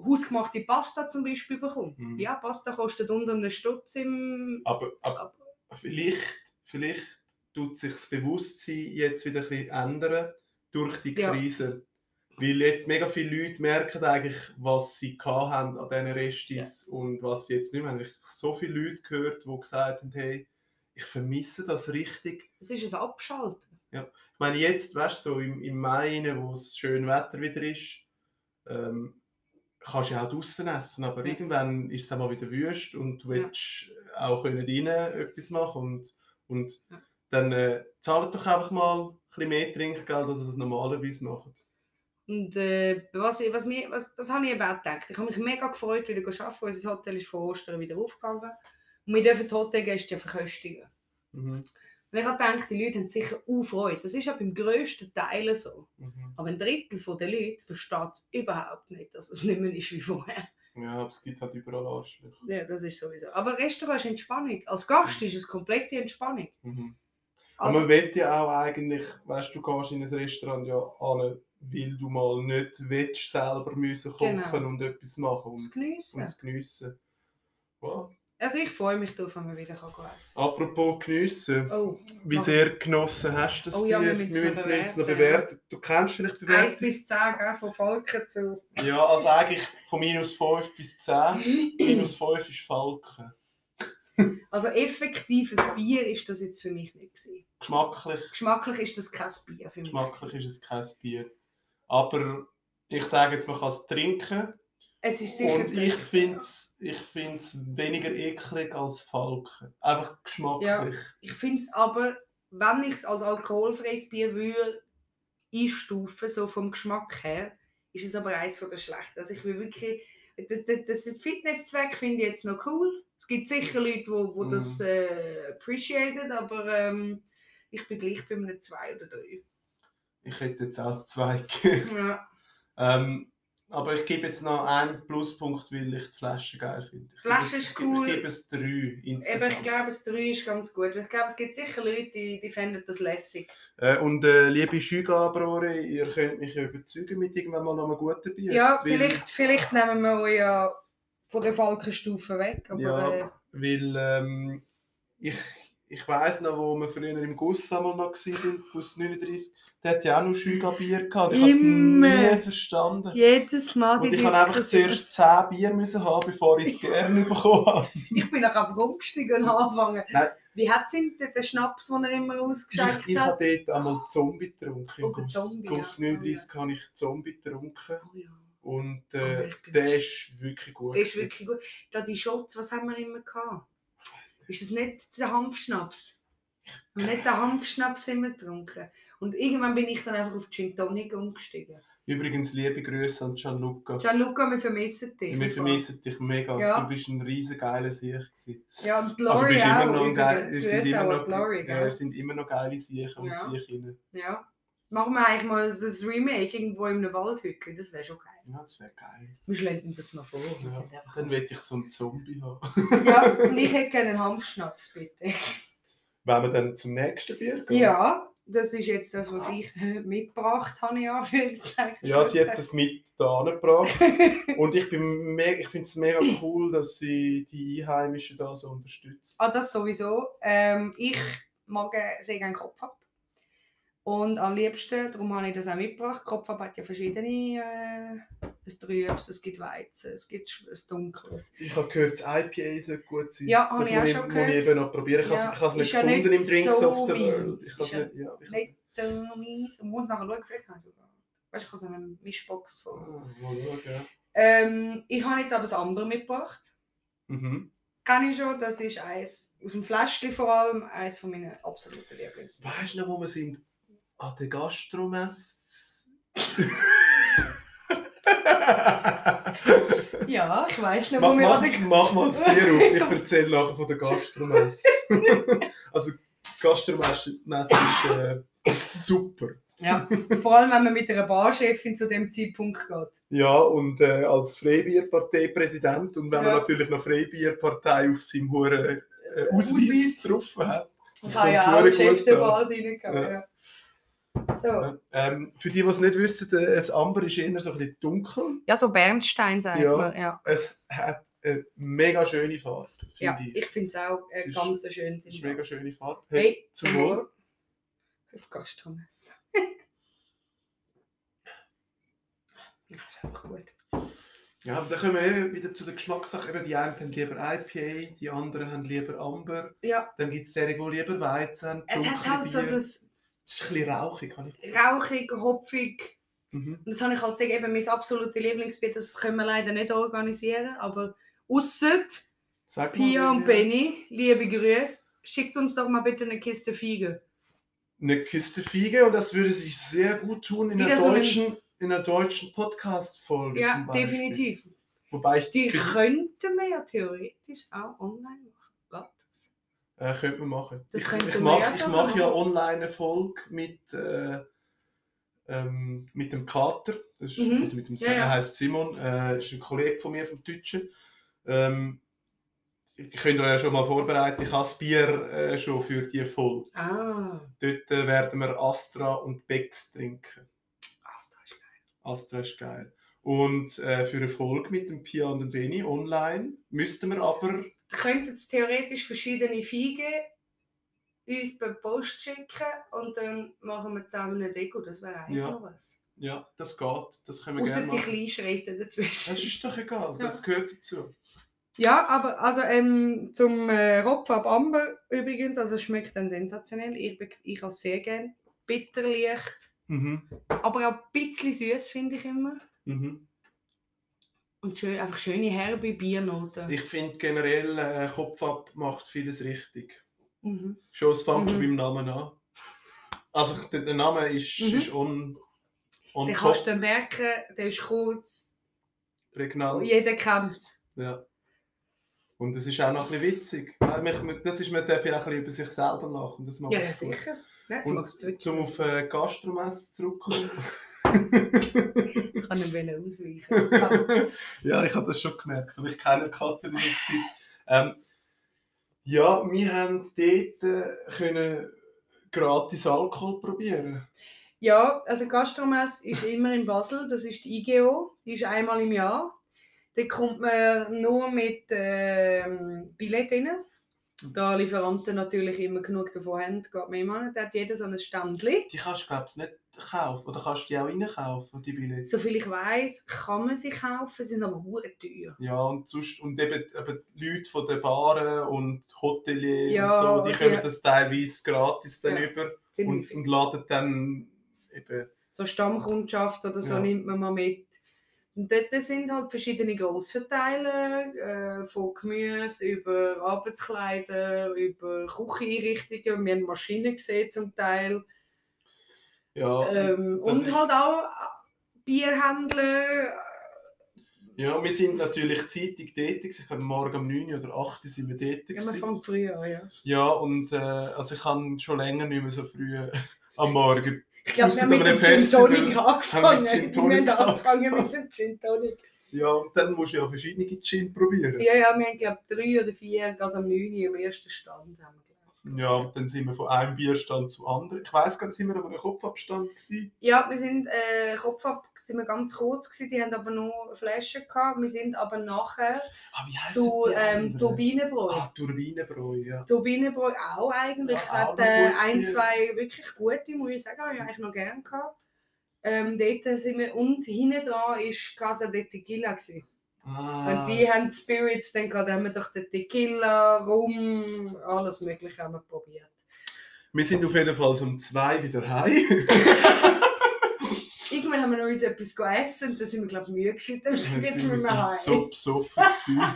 hausgemachte Pasta zum Beispiel bekommt.
Mhm.
Ja, Pasta kostet unter einem Stutz im...
Aber, aber vielleicht, vielleicht tut sich das Bewusstsein jetzt wieder ein bisschen ändern durch die
Ja.
Krise. Weil jetzt mega viele Leute merken eigentlich, was sie gehabt haben an diesen Restis und was sie jetzt nicht mehr haben. Ich habe so viele Leute gehört, die gesagt haben, hey, ich vermisse das richtig.
Es ist ein Abschalten.
Ich meine, jetzt, weißt du, so im, im Mai, rein, wo es schön Wetter wieder ist, ähm, kannst du ja auch draußen essen, aber
Ja.
irgendwann ist es einmal wieder wüst und du
Ja.
willst auch können drinnen etwas machen und, und
Ja.
dann äh, zahlt doch einfach mal ein bisschen mehr Trinkgeld, als ihr das normalerweise macht.
Und äh, was, ich- was mir, was, das habe ich eben auch gedacht. Ich habe mich mega gefreut, wieder zu arbeiten. Unser Hotel ist vor Ostern wieder aufgegangen. Und wir dürfen die Hotelgäste ja verköstigen.
Mhm.
Und ich habe gedacht, die Leute haben sicher auch Freude. Das ist ja beim grössten Teil so.
Mhm.
Aber ein Drittel der Leute versteht es überhaupt nicht, dass es nicht mehr ist wie vorher.
Ja, aber es gibt halt überall Arschlöcher.
Ja, das ist sowieso. Aber Restaurant ist Entspannung. Als Gast ist es komplette Entspannung.
Mhm. Aber man
Also,
will ja auch eigentlich, weißt du, du gehst in ein Restaurant ja an, weil du mal nicht willst, selber müssen kochen
Genau.
und etwas machen und,
das
und
Geniessen.
es geniessen. Ja.
Also ich freue mich darauf, wenn man wieder essen kann.
Apropos geniessen,
Oh,
wie
Ah.
sehr genossen hast du das
Oh ja, wir
Bier?
müssen es noch
müssen noch
bewerten.
bewerten. Du kennst vielleicht die
1
Bewertung?
bis 10, gell, von Falken zu...
Ja, also eigentlich von minus 5 bis 10. minus 5 ist Falken.
Also effektives Bier ist das jetzt für mich nicht gewesen.
Geschmacklich
Geschmacklich ist das kein Bier für mich.
Geschmacklich ist es kein Bier. Aber ich sage jetzt, man kann es trinken.
Es ist sicher
Und ich finde es ich find's weniger eklig als Falken. Einfach geschmacklich.
Ich finde es aber, wenn ich es als alkoholfreies Bier würde einstufen, so vom Geschmack her, ist es aber eins von der schlechten. Also ich will wirklich, das, das, das Fitnesszweck finde ich jetzt noch cool. Es gibt sicher Leute, wo, wo
Mhm.
das äh, appreciated, aber ähm, ich bin gleich bei einem 2 oder 3.
Ich hätte jetzt auch zwei gegeben.
Ja.
Ähm, Aber ich gebe jetzt noch einen Pluspunkt, weil ich die Flasche geil finde. Ich
Flasche
gebe es-
ist cool.
Ich gebe es drei
Eben,
insgesamt.
ich glaube, das 3 ist ganz gut. Ich glaube, es gibt sicher Leute, die, die fänden das lässig.
Äh, und äh, liebe Schügabrore, ihr könnt mich ja überzeugen mit irgendwann mal noch einem guten Bier.
Ja,
Weil-
vielleicht, vielleicht nehmen wir euch ja von der Falkenstufe weg. Aber,
Ja.
äh,
Weil ähm, ich, ich weiss noch, wo wir früher im Guss einmal noch waren, Guss 39, der hat ja auch noch Schügabier gehabt. Ich habe es
Immer.
nie verstanden.
jedes Mal
Und
die
ich habe einfach
Diskussion.
zuerst 10 Bier müssen haben, bevor ich es gerne bekommen habe.
Ich bin auch einfach umgestiegen und habe angefangen.
Nein.
Wie hat es ihm den, den Schnaps, den er immer ausgeschenkt
Ich, ich
hat?
habe dort einmal Zombie getrunken. Im
Oder
Guss,
Zombie,
Guss
ja.
39 habe ich Zombie getrunken.
Oh ja.
Und
Aber
äh,
ich bin-
der ist wirklich gut.
Der Ah, ist wirklich gut. Da die Shots, was haben wir immer gehabt?
Ich weiss nicht.
Ist es nicht der Hanfschnaps? Und nicht der Hanfschnaps immer getrunken. Und irgendwann bin ich dann einfach auf Gin Tonic umgestiegen.
Übrigens, liebe Grüße an Gianluca.
Gianluca, wir vermissen dich.
Wir vermissen dich mega.
Ja.
Du bist ein riesen geiler Sieg. gewesen.
Ja, und Glory
Also bist
auch.
immer noch ein geil,
übrigens.
es sind,
Grüße
immer
auch an
noch,
Glory,
äh,
gell?
es sind immer noch geile Siechen und
Ja.
Siechinnen.
Ja. Machen wir eigentlich mal das das Remake irgendwo in einem Waldhütchen, das wäre schon geil.
Ja, das wäre geil.
Wir schlenden das mal vor.
Ja. Dann will ich so einen Zombie haben.
ja, und ich hätte gerne einen Hanfschnaps, bitte.
Wollen wir dann zum nächsten Bier gehen?
Ja, das ist jetzt das, was ich äh, mitgebracht habe, ja, für das
Ja, sie hat das mit da angebracht. und ich, bin me- ich finde es mega cool, dass sie die Einheimischen da so unterstützt.
Ah, das sowieso. Ähm, ich mag äh, sehr gerne Kopf ab. Und am liebsten, darum habe ich das auch mitgebracht, Kopf ab hat ja verschiedene, äh, es Trübs, es gibt Weizen, es gibt Sch- es Dunkles.
Ich habe gehört, das IPA soll gut sein.
Ja, habe
das
ich
muss
auch
ich,
schon
muss ich
gehört.
eben noch probieren. Ich
Ja,
habe es nicht
ist ja
gefunden
nicht
im Drinks
so
of the World.
meins.
Ich
Ist
habe
ja
nicht. Ja, ich
Nicht so mies. Man muss nachher schauen, vielleicht habe ich sogar. Weißt du, ich habe so eine Mischbox
Ah,
von.
mal schauen. ja.
Ähm, ich habe jetzt aber das Amber mitgebracht.
Mhm.
Kann ich schon, das ist eins, aus dem Fläschchen vor allem, eins von meinen absoluten Lieblings.
Weißt du noch, wo wir sind? An der Gastromess.
Ja, ich weiß nicht,
mach,
wo wir
mach,
gerade-
mach mal das Bier auf, ich erzähle nachher von der Gastromess. also, die Gastromess Mess ist, äh, ist super.
Ja, vor allem, wenn man mit einer Barchefin zu dem Zeitpunkt geht.
Ja, und äh, als Freibierparteipräsident und wenn man
Ja.
natürlich noch Freibierpartei auf seinem hohen äh, Ausweis
Ausweis.
drauf hat.
Das
das
habe ja
kommt
auch
hure
im Chef
gut
der
an.
Wahl drin gehabt. Ja. So.
Ja. Ähm, für die, die es nicht wissen, äh, ein Amber ist eher so ein bisschen dunkel.
Ja, so Bernstein sagt
Ja.
man. Ja,
Es hat eine mega schöne Farbe, finde
ja
ich.
ich finde es auch
Es
äh,
ist-
ganz schön.
Es ist eine mega schöne Farbe. Hey,
Hey,
zum
zum
Wohl.
Wohl. Auf Gastromesse. ja, ist einfach gut.
Ja, aber dann kommen wir eben wieder zu der Geschmackssache. Eben, die einen haben lieber IPA, die anderen haben lieber Amber.
Ja,
Dann gibt es die, die lieber Weizen haben.
es hat
dunkle
halt so
Bier.
das
Es ist ein bisschen rauchig, habe ich das Gefühl.
rauchig, hopfig.
Mhm.
Und das habe ich halt gesagt, eben mein absolutes Lieblingsbier, das können wir leider nicht organisieren, aber ausser
Sag mal,
Pia und
wie heißt-
Benny, liebe Grüße, schickt uns doch mal bitte eine Kiste Fiege.
eine Kiste Fiege und das würde sich sehr gut tun in
Wieder
einer
so ein-
deutschen, in einer deutschen Podcast-Folge.
Ja,
zum Beispiel.
definitiv.
Wobei ich
Die
die
könnten wir ja theoretisch auch online machen. Was?
äh, könnte man machen.
Das
ich
könnte
ich
man
mache
ja
ich
so
mache ja
machen.
online eine Folge mit, äh, ähm, mit dem Kater. Das ist,
Mhm.
also mit dem
Ja,
Sänger
ja.
heißt Simon. Äh, ist ein Kollege von mir vom Deutschen. Ähm, ich könnte euch ja schon mal vorbereiten. Ich habe das Bier äh, schon für die Folge.
Ah,
Dort äh, werden wir Astra und Becks trinken.
Astra Ah, ist geil.
Astra ist geil. Und äh, für eine Folge mit dem Pia und dem Beni online müssten wir aber.
Ihr könnt jetzt theoretisch verschiedene Fiege uns per Post schicken und dann machen wir zusammen eine Deko, das wäre eigentlich
Ja.
noch was.
Ja, das geht. Das können wir
Außer
gerne
die
machen.
kleinen Schritte dazwischen.
Das ist doch egal, das gehört dazu.
Ja, aber also ähm, zum äh, Ropf ab Amber übrigens, also es schmeckt dann sensationell. Ich, beg- ich habe es sehr gern. Bitterleicht,
Mhm.
aber auch ein bisschen süß finde ich immer.
Mhm.
Und schön, einfach schöne herbe Biernoten.
Ich finde generell, äh, Kopf ab macht vieles richtig.
mhm.
Schon, es fängt schon beim
Mhm.
Namen an. Also, der der Name ist,
Mhm.
ist on, on
Den
top
kannst du dann merken, der ist kurz,
prägnant.
jeder kennt.
Ja. Und es ist auch noch ein bisschen witzig. Weil mich- Das ist, man darf ja auch ein bisschen über sich selber lachen. Das macht
Ja, ja
es gut.
sicher. Nein, das
Und
macht es wirklich.
Zum
so.
auf äh, Gastromesse zurückkommen.
Ich kann ihn wollen ausweichen.
ja, ich habe das schon gemerkt, weil ich kenne Katharina Zeit. Ähm, ja, wir haben dort äh, können gratis Alkohol probieren.
Ja, also Gastromess ist immer in Basel, das ist die IGO, die ist einmal im Jahr. Da kommt man nur mit ähm, Billett rein. Da Lieferanten natürlich immer genug davon haben, geht man immer nicht. Da hat jeder so ein Ständchen.
Die kannst du, glaube ich, nicht kaufen. Oder kannst du die auch reinkaufen, die Billets?
Soviel ich weiß, kann man sie kaufen, sind aber hure teuer.
Ja, und, sonst, und eben, eben die Leute von den Baren und Hoteliers
Ja,
und so, die kommen
ja.
das teilweise gratis dann
Ja,
über
Sind
und,
häufig.
und laden dann eben.
So Stammkundschaft oder so
Ja.
nimmt man mal mit. Und dort sind halt verschiedene Grossverteiler, äh, von Gemüse über Arbeitskleider, über Kücheneinrichtungen. Wir haben Maschinen gesehen zum Teil.
Ja,
Ähm,
das
und
ist-
halt auch äh, Bierhändler.
ja, wir sind natürlich zeitig tätig. Ich glaube, morgen um 9 oder 8 Uhr sind wir tätig.
Ja, man fängt früh an, ja.
Ja, und äh, also ich kann schon länger nicht mehr so früh äh, am Morgen.
Ich glaube,
Aus
wir haben mit
einem
dem Gin Tonic
Festival
angefangen.
haben wir Gin
wir
Tonic
haben angefangen mit dem Gin Tonic.
Ja, und dann musst du ja verschiedene Gin probieren.
Ja, ja, wir haben, glaube ich, drei oder vier, gerade am 9 Uhr im ersten Stand. Haben wir, glaub ich.
Ja, und dann sind wir von einem Bierstand zum anderen. Ich weiß gar nicht, sind wir aber einem Kopfabstand gewesen?
ja, wir sind äh, Kopf ab, sind wir ganz kurz gewesen, die haben aber nur Flaschen gehabt. Wir sind aber nachher
Ah, wie heißt
zu
die
ähm,
anderen?
Turbinenbräu.
Ah, Turbinenbräu, ja.
Turbinenbräu auch eigentlich.
Ja, auch
hat
noch
äh,
gut
ein,
hier.
zwei wirklich gute, muss ich sagen, habe ich eigentlich noch gerne gehabt. Ähm, dort sind wir, und hinten dran war Casa de Tequila. Gewesen.
Ah,
Und die haben die Spirits dann gehabt, da haben wir doch den Tequila, Rum, alles Mögliche haben wir probiert.
wir sind auf jeden Fall um zwei wieder heim.
Irgendwann haben wir noch uns etwas gegessen und dann sind wir, glaube ich, müde gewesen. Dann sind wir
wir
jetzt müssen wir
sind
heim.
so besoffen. gewesen.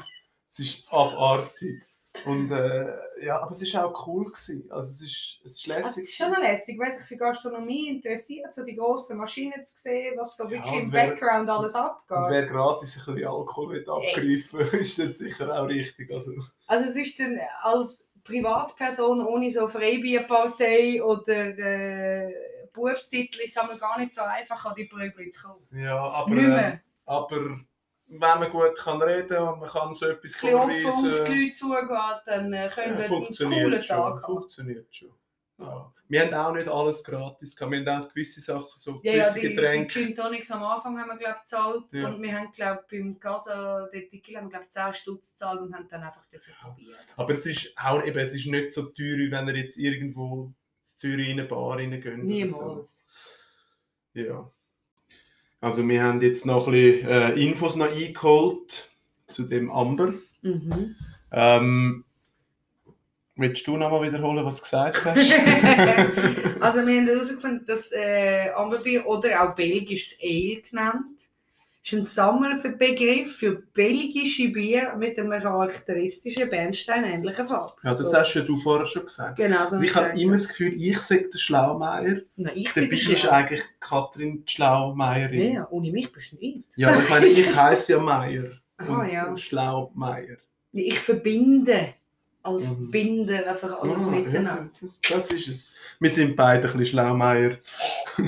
Es ist abartig. Und äh, ja, aber es ist auch cool. Gewesen. Also es ist, es ist lässig.
Also, es ist schon noch lässig, weil sich für Gastronomie interessiert, so die grossen Maschinen zu sehen, was so
Ja,
wirklich
und
im
wer-
Background alles
Und
abgeht.
wer gratis ein bisschen Alkohol will abgreifen ist dann sicher auch richtig. Also,
Also es ist dann als Privatperson ohne so Freibierpartei oder äh, Berufstitel ist es einmal gar nicht so einfach, an die Prügel zu kommen.
ja, aber,
nicht mehr.
äh, aber wenn man gut kann reden und man kann so etwas
Ein bisschen offen auf die
vorweisen,
Leute zugeht, dann äh,
ja,
können wir einen coolen
äh, funktioniert, schon,
Tag haben.
funktioniert schon. Ja. Wir haben auch nicht alles gratis gehabt. Wir haben auch gewisse Sachen, so
Ja,
gewisse
ja, die, die
Getränke.
Gin Tonics am Anfang haben wir, glaube ich, gezahlt.
Ja.
Und wir haben, glaube ich, beim Casa de Tequila haben wir, glaube ich, 10 Stutz gezahlt und haben dann einfach dafür probiert.
Aber es ist auch eben, es ist nicht so teuer, wie wenn ihr jetzt irgendwo in Zürich in eine Bar reingeht. So.
Niemals.
Ja. Also wir haben jetzt noch ein bisschen äh, Infos noch eingeholt zu dem Amber.
Mhm.
Ähm, willst du nochmal wiederholen, was du gesagt hast?
also wir haben herausgefunden, dass äh, Amberbier oder auch belgisches Ale genannt ist ein Sammelbegriff für belgische Bier mit einer charakteristischen Bernstein-ähnlichen Farbe.
ja, das
So.
hast ja du vorher schon gesagt.
Genau, so
Ich habe immer das Gefühl, ich sage der Schlaumeier.
Nein, ich bin
Dabei ist
der
eigentlich Katrin die Schlaumeierin.
Ja, ohne mich bist du nicht.
Ja, aber ich meine, ich heiße ja Meier.
Aha, ja.
Schlaumeier.
Ich verbinde als
Mhm.
Binder einfach alles
Ah,
miteinander.
ja, das, das ist es. Wir sind beide ein bisschen Schlaumeier.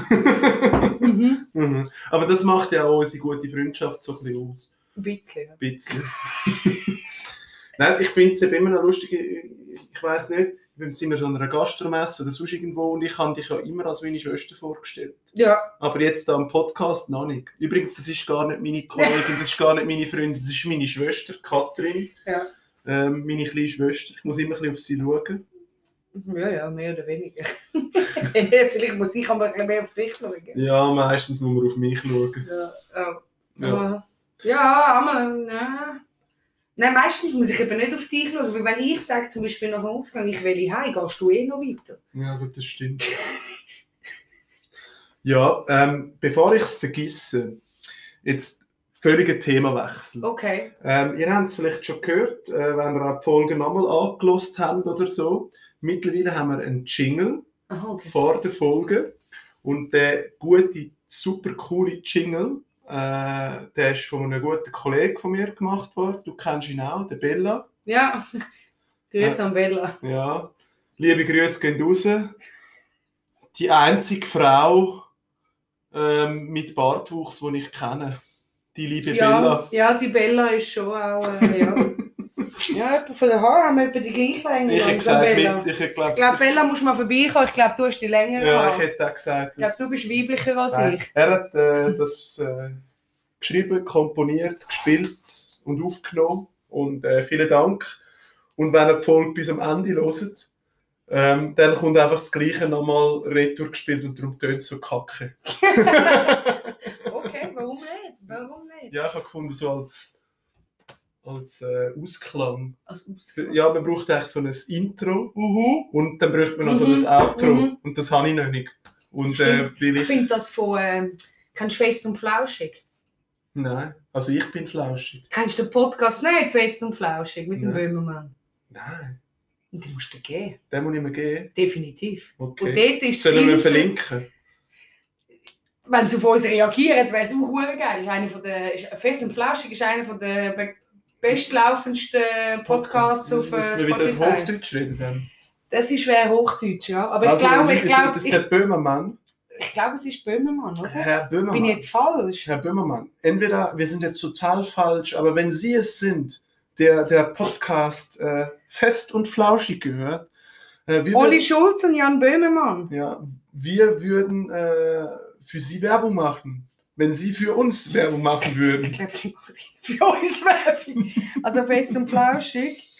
Mhm.
Mhm. Aber das macht ja auch unsere gute Freundschaft so ein bisschen aus.
Ein bisschen.
bisschen. Nein, ich finde es eben immer noch lustig, ich, ich weiß nicht, wir sind wir so an einer Gastromesse oder sonst irgendwo und ich habe dich ja immer als meine Schwester vorgestellt.
Ja,
Aber jetzt da am Podcast noch nicht. Übrigens, das ist gar nicht meine Kollegin, das ist gar nicht meine Freundin, das ist meine Schwester, Katrin.
Ja.
Ähm, meine kleine Schwester. Ich muss immer ein bisschen auf sie schauen.
ja, ja, mehr oder weniger. Vielleicht muss ich aber ein bisschen mehr auf dich schauen.
Ja, meistens muss man auf mich schauen.
Ja, ja.
Ja.
Ja, ja einmal, nein. Nein, meistens muss ich eben nicht auf dich schauen, weil wenn ich sage, zum Beispiel nach dem Ausgang, ich will heim, gehst du eh noch weiter.
Ja, gut, das stimmt. ja, ähm, bevor ich es vergesse, jetzt völliger Themawechsel.
Okay.
Ähm, ihr habt es vielleicht schon gehört, äh, wenn ihr auch die Folge nochmal angelost habt oder so. Mittlerweile haben wir einen Jingle
Aha, okay.
vor der Folge. Und der gute, super coole Jingle, äh, der ist von einem guten Kollegen von mir gemacht worden. Du kennst ihn auch, der Bella.
Ja. Grüße an Bella.
Ja. Liebe Grüße gehen raus. Die einzige Frau, ähm, mit Bartwuchs, die ich kenne. Die liebe
ja,
Bella.
ja, die Bella ist schon auch, äh, ja. ja, etwa von den Haaren haben wir etwa die gleiche Länge.
Ich hätte
langsam,
gesagt,
Bella.
mit, ich hätte
Ich
glaub,
glaube, Bella muss mal vorbeikommen. Ich glaube, du hast die länger.
ja, ich
Haare.
hätte auch gesagt,
ich glaube,
dass-
du bist weiblicher als
Nein.
ich.
Er hat äh, das äh, geschrieben, komponiert, gespielt und aufgenommen. Und äh, vielen Dank. Und wenn ihr die Folge bis am Ende hört, ähm, dann kommt einfach das Gleiche nochmal retour gespielt und darum tönt es so kacke.
Okay, warum nicht? Warum nicht?
Ja, ich habe gefunden, so als, als äh, Ausklang.
Als Ausgang.
Ja, man braucht eigentlich so ein Intro
Mhm.
und dann braucht man noch so ein
Mhm,
Outro.
mhm.
Und das habe ich noch nicht. Und äh, will
Ich
ich.
finde das von. ähm, kennst du Fest und Flauschig?
Nein, also ich bin flauschig.
Kennst du den Podcast nicht, Fest und Flauschig, mit dem
Nein.
Böhmermann?
Nein,
Und den musst du gehen.
den muss ich mir geben.
Definitiv.
Okay.
Und dort ist
Sollen wir
das Filter-
verlinken?
Wenn sie auf uns reagieren, wäre es auch verdammt geil. Ist einer von der, ist, Fest und Flauschig ist einer von der be- bestlaufendsten Podcasts auf äh,
Müssen wir wieder
Spotify.
Hochdeutsch reden dann? Also,
Das ist schwer Hochdeutsch, ja. Aber ich glaube, ich
ist
glaube,
das
ich,
der Böhmermann?
ich glaube, es ist Böhmermann, oder?
Herr Böhmermann.
Bin ich jetzt falsch?
Herr Böhmermann, entweder wir sind jetzt total falsch, aber wenn Sie es sind, der der Podcast äh, fest und flauschig gehört, äh, wir,
Oli Schulz und Jan Böhmermann.
würden- ja, wir würden äh, für Sie Werbung machen, wenn Sie für uns Werbung machen
Ich
würden.
glaube, sie machen für uns Werbung. Also fest und flauschig.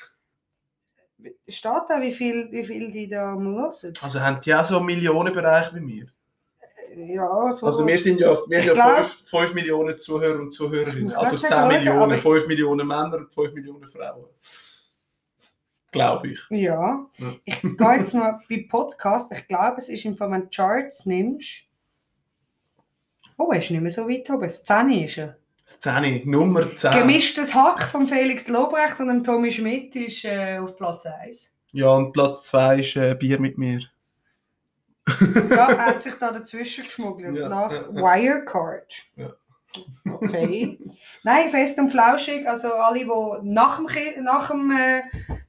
Steht da, wie viel, wie viel die da mal hören?
Also haben die auch so einen Millionenbereich wie wir.
Ja, so
Also wir sind ja, wir haben
Klar.
ja 5, Millionen Zuhörer und Zuhörerinnen.
Ich muss
Also
gerade
10
schauen, aber
Millionen,
ich-
5 Millionen Männer und 5 Millionen Frauen. Glaube ich.
Ja,
Ja.
ich gehe jetzt mal bei Podcast. Ich glaube, es ist im Fall, wenn du Charts nimmst. Oh, er ist nicht mehr so weit oben. Das 10 ist er.
Das 10, Nummer 10.
Gemischtes Hack von Felix Lobrecht und dem Tommy Schmidt ist äh, auf Platz 1.
Ja, und Platz 2 ist äh, Bier mit mir.
Ja, er hat sich da dazwischen geschmuggelt.
Ja.
Nach Wirecard.
Ja.
Okay. Nein, fest und flauschig. Also alle, die nach dem, Ki- nach dem äh,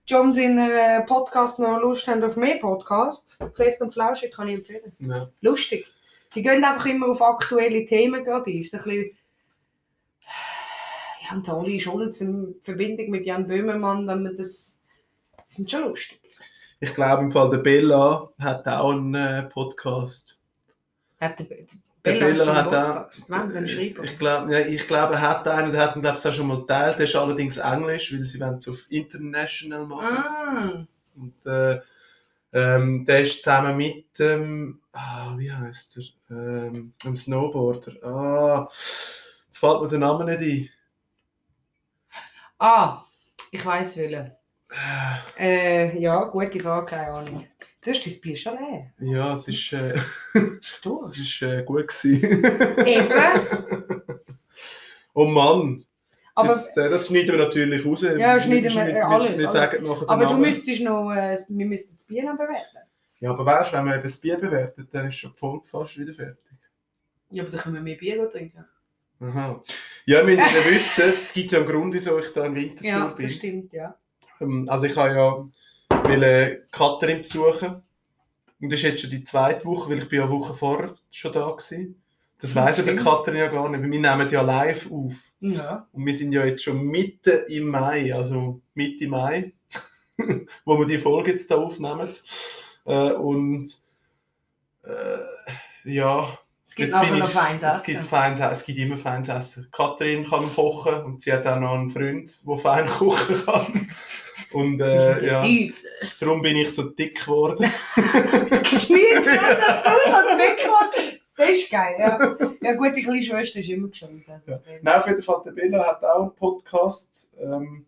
John seiner äh, Podcast noch Lust haben auf mehr Podcast, fest und flauschig kann ich empfehlen.
Ja.
lustig. Die gehen einfach immer auf aktuelle Themen gerade ein. Ist ein bisschen äh, ja, und der Oli Schulz in Verbindung mit Jan Böhmermann, wenn man das. Die sind schon lustig.
Ich glaube im Fall, der Bella hat auch einen äh, Podcast.
Hat der, der
Der Bella
Bella, Bella
hat
hat
auch- Äh,
Podcast. Wenn, dann schreib uns.
ich glaube, ja, ich glaube, er hat einen und hat ihn, glaube ich, auch schon mal geteilt. Der ist allerdings Englisch, weil sie wollen es auf International machen.
Ah,
Und äh, ähm, der ist zusammen mit ähm, ah, wie heißt er? Ähm, dem Snowboarder. Ah, jetzt fällt mir der Name nicht
ah, ich weiss wollen.
ein. Äh,
Äh, ja, gute Frage, keine Ahnung. Du hast dein Bier schon leer.
Ja, es ist, äh,
Hast du
es
Durst?
ist äh, gut gewesen.
Eben.
oh Mann,
Aber,
jetzt, äh, das schneiden wir natürlich raus.
Ja, schneiden wir, äh,
wir,
alles,
Wir
alles.
sagen nachher den
aber du
Namen.
müsstest noch. Äh, wir müssten das Bier noch bewerten.
Ja, aber weißt du, wenn man eben das Bier bewertet, dann ist schon die Folge fast wieder fertig.
Ja, aber dann können wir mehr Bier trinken.
Aha. Ja, wir müssen ja wissen, es gibt ja einen Grund, wieso ich da im Winterthur
Ja,
bin.
das stimmt, ja.
Ähm, Also ich habe ja will Katrin besuchen und das ist jetzt schon die zweite Woche, weil ich bin ja eine Woche vorher schon da gewesen. Das weiß aber
Mhm, Stimmt.
Katrin ja gar nicht, weil wir nehmen ja live auf
Ja.
und wir sind ja jetzt schon mitten im Mai, also Mitte Mai, wo wir die Folge jetzt da aufnehmen äh, und äh, ja,
Es gibt
Jetzt
nachher
bin
noch
ich-
feines
es gibt
Essen.
feines Essen, es gibt immer feines Essen. Katrin kann kochen und sie hat auch noch einen Freund, der fein kochen kann. Und
Wir sind
äh, ja.
tief.
Darum bin ich so dick geworden.
Geschmiert schon dazu, so dick. Das ist geil, ja. Ja gut, die kleine Schwester ist immer gescheit. Also.
Nein, auf jeden Fall, der Bella hat auch einen Podcast. Ähm,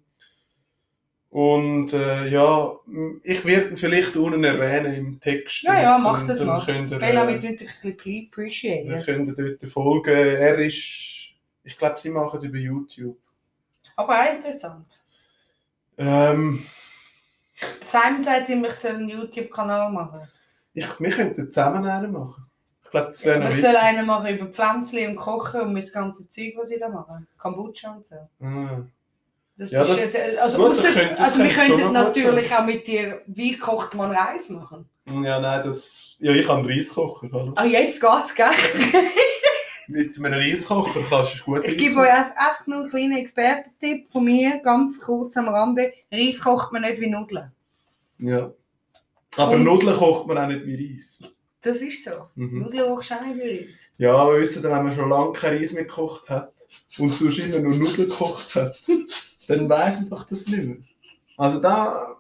und äh, ja, m- ich werde ihn vielleicht unten erwähnen im Text.
Ja, ja,
Und
mach
dann-
das
dann
mal.
Könnt ihr,
Bella
äh,
wird natürlich ein bisschen
dann
appreciaten.
könnt ihr dort folgen. Er ist, ich glaube, sie machen über YouTube.
Aber auch interessant.
Ähm,
Simon sagt immer, ich soll einen YouTube-Kanal machen.
ich, wir könnten zusammen einen machen. Ich glaube, das wäre
Aber
noch
ich soll
witzig.
einen machen über Pflänzchen und Kochen und das ganze Zeug, was ich da mache. Kombucha und so.
Ah.
Das
Ja,
ist
das-
ja- also,
gut, das
ausser,
könnte- das
also wir
könnte schon
könnten
noch gut
natürlich auch mit dir, wie kocht man Reis machen.
Ah, Ja, nein, das. Ja, ich habe einen Reiskocher. Hallo.
Ah, jetzt geht's, gell?
mit einem Reiskocher kannst du gut
Ich gebe euch einfach einfach nur einen kleinen Expertentipp von mir, ganz kurz am Rande. Reis kocht man nicht wie Nudeln.
Ja. Aber
Und-
Nudeln kocht man auch nicht wie Reis.
Das ist so.
Mhm.
Nudeln kochst du auch nicht wie Reis.
Ja, wir wissen, wenn man schon lange kein Reis mehr gekocht hat und sonst immer nur Nudeln gekocht hat, dann weiß man doch das nicht mehr. Also da...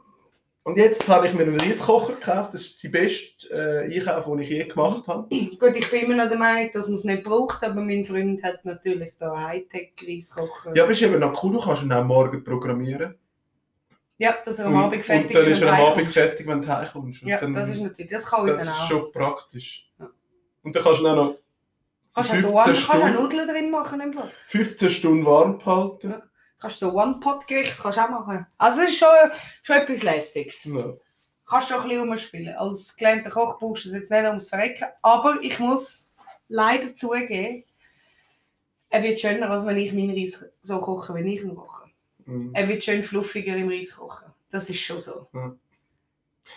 Und jetzt habe ich mir einen Reiskocher gekauft. Das ist die beste äh, Einkauf, den ich je gemacht habe.
Gut, ich bin immer noch der Meinung, dass man es nicht braucht, aber mein Freund hat natürlich da Hightech-Reiskocher.
Ja, aber ist eben noch cool, du kannst ihn auch morgen programmieren.
ja, dass er am
Und-
Abend fertig
Und dann ist er am Abend
heimkommst.
fertig, wenn du heimkommst. Und
Ja,
dann,
das ist natürlich, das kann
das
uns
ist
auch.
schon praktisch.
Ja.
Und dann kannst du ihn auch noch
Kannst du auch so
15
One- kannst du auch
Stunden-
Nudeln drin machen? im Fall.
15 Stunden warm behalten.
Kannst du so One-Pot-Gericht kannst du auch machen. Also es ist schon, schon etwas Lässiges.
Ja.
Kannst du auch ein bisschen rumspielen. Als gelernter Koch brauchst du es jetzt nicht ums Verrecken. Aber ich muss leider zugeben, er wird schöner, als wenn ich meinen Reis so koche, wenn ich ihn koche.
Mhm.
Er wird schön fluffiger im Reis kochen. Das ist schon so.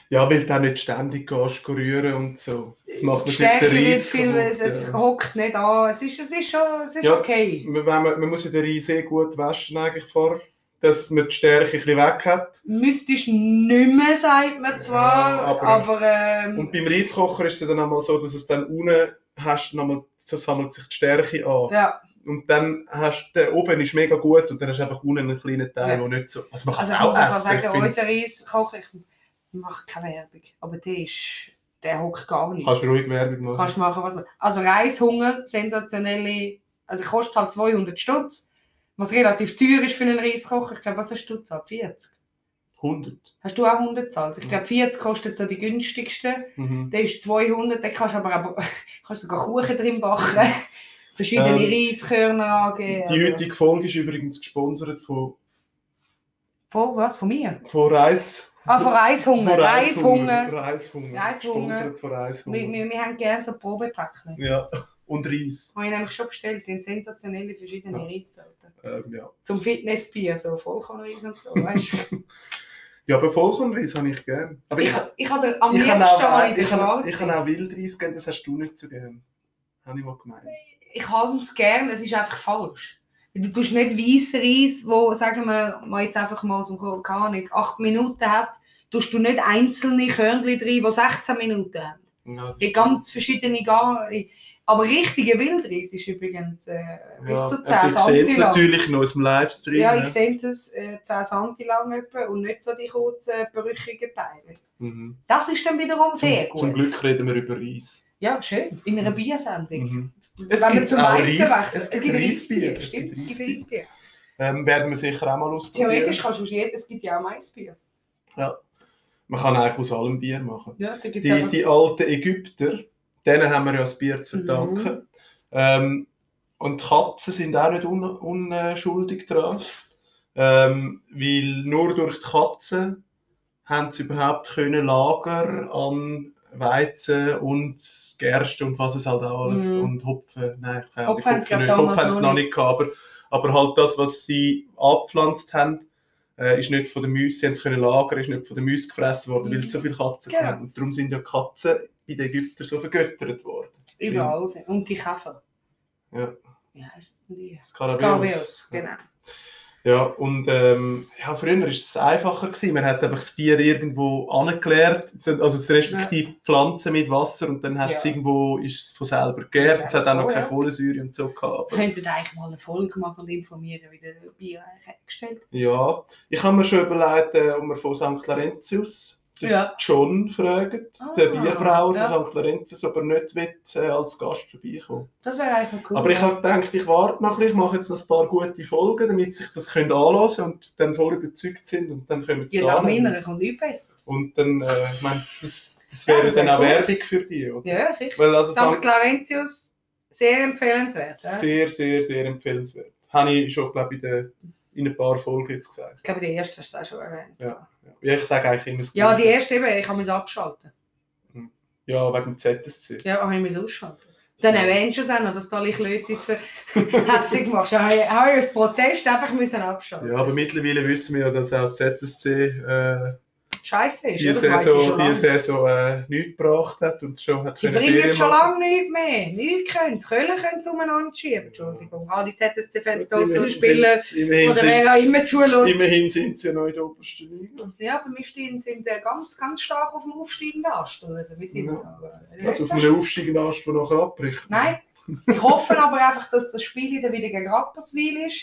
ja, weil du auch nicht ständig gehst, rühren und so. Das macht
Die
natürlich den
Stärke wird
Reis
viel,
kaputt,
es, es
ja.
hockt nicht an. Es ist, es ist schon es ist
Ja.
okay.
man, man, man muss ja den Reis sehr gut waschen eigentlich vorher, dass man die Stärke ein bisschen weg hat.
Mystisch nicht mehr, sagt man zwar,
Ja, aber-
aber, ähm,
Und beim Reiskocher ist es dann einmal so, dass es dann unten hast, du nochmal, so sammelt sich die Stärke an.
ja.
Und dann hast du, der oben ist mega gut und dann hast du einfach unten einen kleinen Teil,
Ja.
der nicht so... Also man kann
Also ich
auch
muss einfach
essen, ich
sagen, unser
find's-
Reiskocher, ich mache keine Werbung, aber der ist, der hockt gar nicht.
kannst ruhig Werbung machen.
Kannst machen, was du- Also Reishunger, sensationelle, also kostet halt 200 Stutz, was relativ teuer ist für einen Reiskocher. Ich glaube, was hast du gezahlt? 40?
100.
Hast du auch 100 gezahlt? Ich
Mhm.
glaube, 40 kostet so die günstigste.
Mhm.
Der ist 200, den kannst du aber, aber kannst sogar Kuchen drin backen. Verschiedene
Ähm,
Reiskörner angeben. also-
Die heutige Folge ist übrigens gesponsert von,
Von was? Von mir?
von Reis...
Ah, von Reishunger.
Von
Reishunger.
Reishunger.
Reishunger.
Gesponsert von Reishunger.
Wir, wir, wir haben gerne so Probepäckchen.
Ja. Und Reis.
Habe ich nämlich schon bestellt, in sensationelle verschiedene
Ja.
Reissorten.
Ähm, ja.
Zum Fitnessbier, so Vollkornreis und so, weißt du?
ja, aber Vollkornreis habe ich gern. Aber ich,
ich, ich habe den am
ich,
liebsten
kann, auch,
mal in
ich,
der
kann, ich
Schwarze.
kann auch Wildreis geben, das hast du nicht so gern. Habe ich mal gemeint.
Ich habe es gerne, es ist einfach falsch. Du tust nicht weißen Reis, wo, sagen wir mal jetzt einfach mal so, keine Ahnung, 8 Minuten hat, tust du nicht einzelne Körnchen drin, die 16 Minuten haben.
Ja, das
Die ganz verschiedene Garen. Aber richtige Wildreis ist übrigens äh, bis
Ja,
zu 10
also ich sehe es
Zentimeter lang.
natürlich noch aus dem Livestream.
Ja,
ne?
ich sehe das äh, 10 cm lang etwa und nicht so die kurzen, brüchigen Teile.
mhm.
Das ist dann wiederum sehr
zum,
gut.
zum Glück reden wir über Reis.
Ja, schön. In einer Biersendung.
Mhm. Es
Es Wenn
gibt
wir zum
auch
Weizen
Reis-
wechseln.
es gibt Reisbier.
Reisbier,
Es
stimmt,
gibt
Es gibt
Reisbier.
Reisbier.
Ähm, werden wir sicher auch mal ausprobieren.
Theoretisch kannst du aus jedem, es gibt ja auch Maisbier.
Man kann eigentlich aus allem Bier machen.
Ja, da gibt's
die,
einfach... Mhm.
die alten Ägypter, denen haben wir ja das Bier zu verdanken. Ähm, und Katzen sind auch nicht un, unschuldig daran, ähm, weil nur durch die Katzen haben sie überhaupt können Lager an Weizen und Gerste und was es halt auch alles
Mhm.
und Hopfen, nein, keine Ahnung,
Hopfen haben sie, glaub,
nicht.
damals
Hopfen haben sie
noch
noch nicht gehabt, aber, aber halt das, was sie abgepflanzt haben, äh, ist nicht von den Mäusen, sie haben es können lagern, ist nicht von den Mäusen gefressen worden, weil es so viele Katzen
Genau.
haben. Und darum sind ja Katzen bei den Ägyptern so vergöttert worden.
Überall. sind- Und die Käfer.
Ja.
Wie heissen die?
Skarabäus.
Skarabäus, genau.
Ja, und ähm, ja, früher war es einfacher. Gewesen. Man hat einfach das Bier irgendwo angeklärt, also das respektive Pflanzen mit Wasser und dann hat es
Ja.
irgendwo ist es von selber gegärt. Es hat auch noch
Selber,
keine
ja.
Kohlensäure und so gehabt.
Wir
Aber,
könnten eigentlich mal eine Folge machen und informieren, wie der Bier eigentlich hergestellt wird.
ja, ich habe mir schon überlegt, äh, ob wir von St. Laurentius den
Ja.
John fragen,
Ah,
den Bierbrauer
ja.
von St. Laurentius, ob er nicht will, äh, als Gast vorbeikommen
Das wäre eigentlich noch cool.
Aber ich habe gedacht, ich warte noch ein bisschen, ich mache jetzt noch ein paar gute Folgen, damit sich das können anhören und dann voll überzeugt sind und dann können wir es
Ja, nach
da hin.
meiner kommt nichts Besseres.
Und dann, äh, ich meine, das, das
Ja,
wäre dann auch
cool.
Werbung für die. Oder?
Ja, ja, sicher.
Weil also
St.
St.
Laurentius, sehr empfehlenswert. Ja?
sehr, sehr, sehr empfehlenswert. Habe ich schon, glaube ich, in, der, in ein paar Folgen jetzt gesagt.
Ich glaube, die erste hast du auch schon erwähnt.
Ja. Ja, ich sage eigentlich immer das
Ja, die
Gleiche.
erste eben, ich habe mich abschalten.
Ja, wegen dem ZSC.
Ja, habe ich mich ausschalten. Dann erwähnst du es auch noch, dass du alle Leute für hässig machst. Habe ich habe ich als Protest einfach müssen abschalten
Ja, aber mittlerweile wissen wir ja, dass auch die ZSC äh,
scheiße ist.
die
oder? Das weiss ich
Saison,
schon
die
lange.
Saison äh, nichts gebracht hat und schon hat
Die
können
bringen
Ferien
schon
machen.
lange nichts mehr. Nichts können sie. Köln können sie umeinander schieben. Entschuldigung. Ah, Alle ZSC-Fans da so
Immerhin
spielen.
sind's- Immerhin
Oder wer auch
sind
immer zulässt.
immerhin sind sie ja noch in der obersten Liga.
Ja, aber wir stehen, sind äh, ganz, ganz stark auf dem aufsteigenden Ast. Also wir sind, äh,
Also auf einem aufsteigenden Ast, der nachher abbricht.
Nein, ich hoffe aber einfach, dass das Spiel dann wieder gegen Rapperswil ist,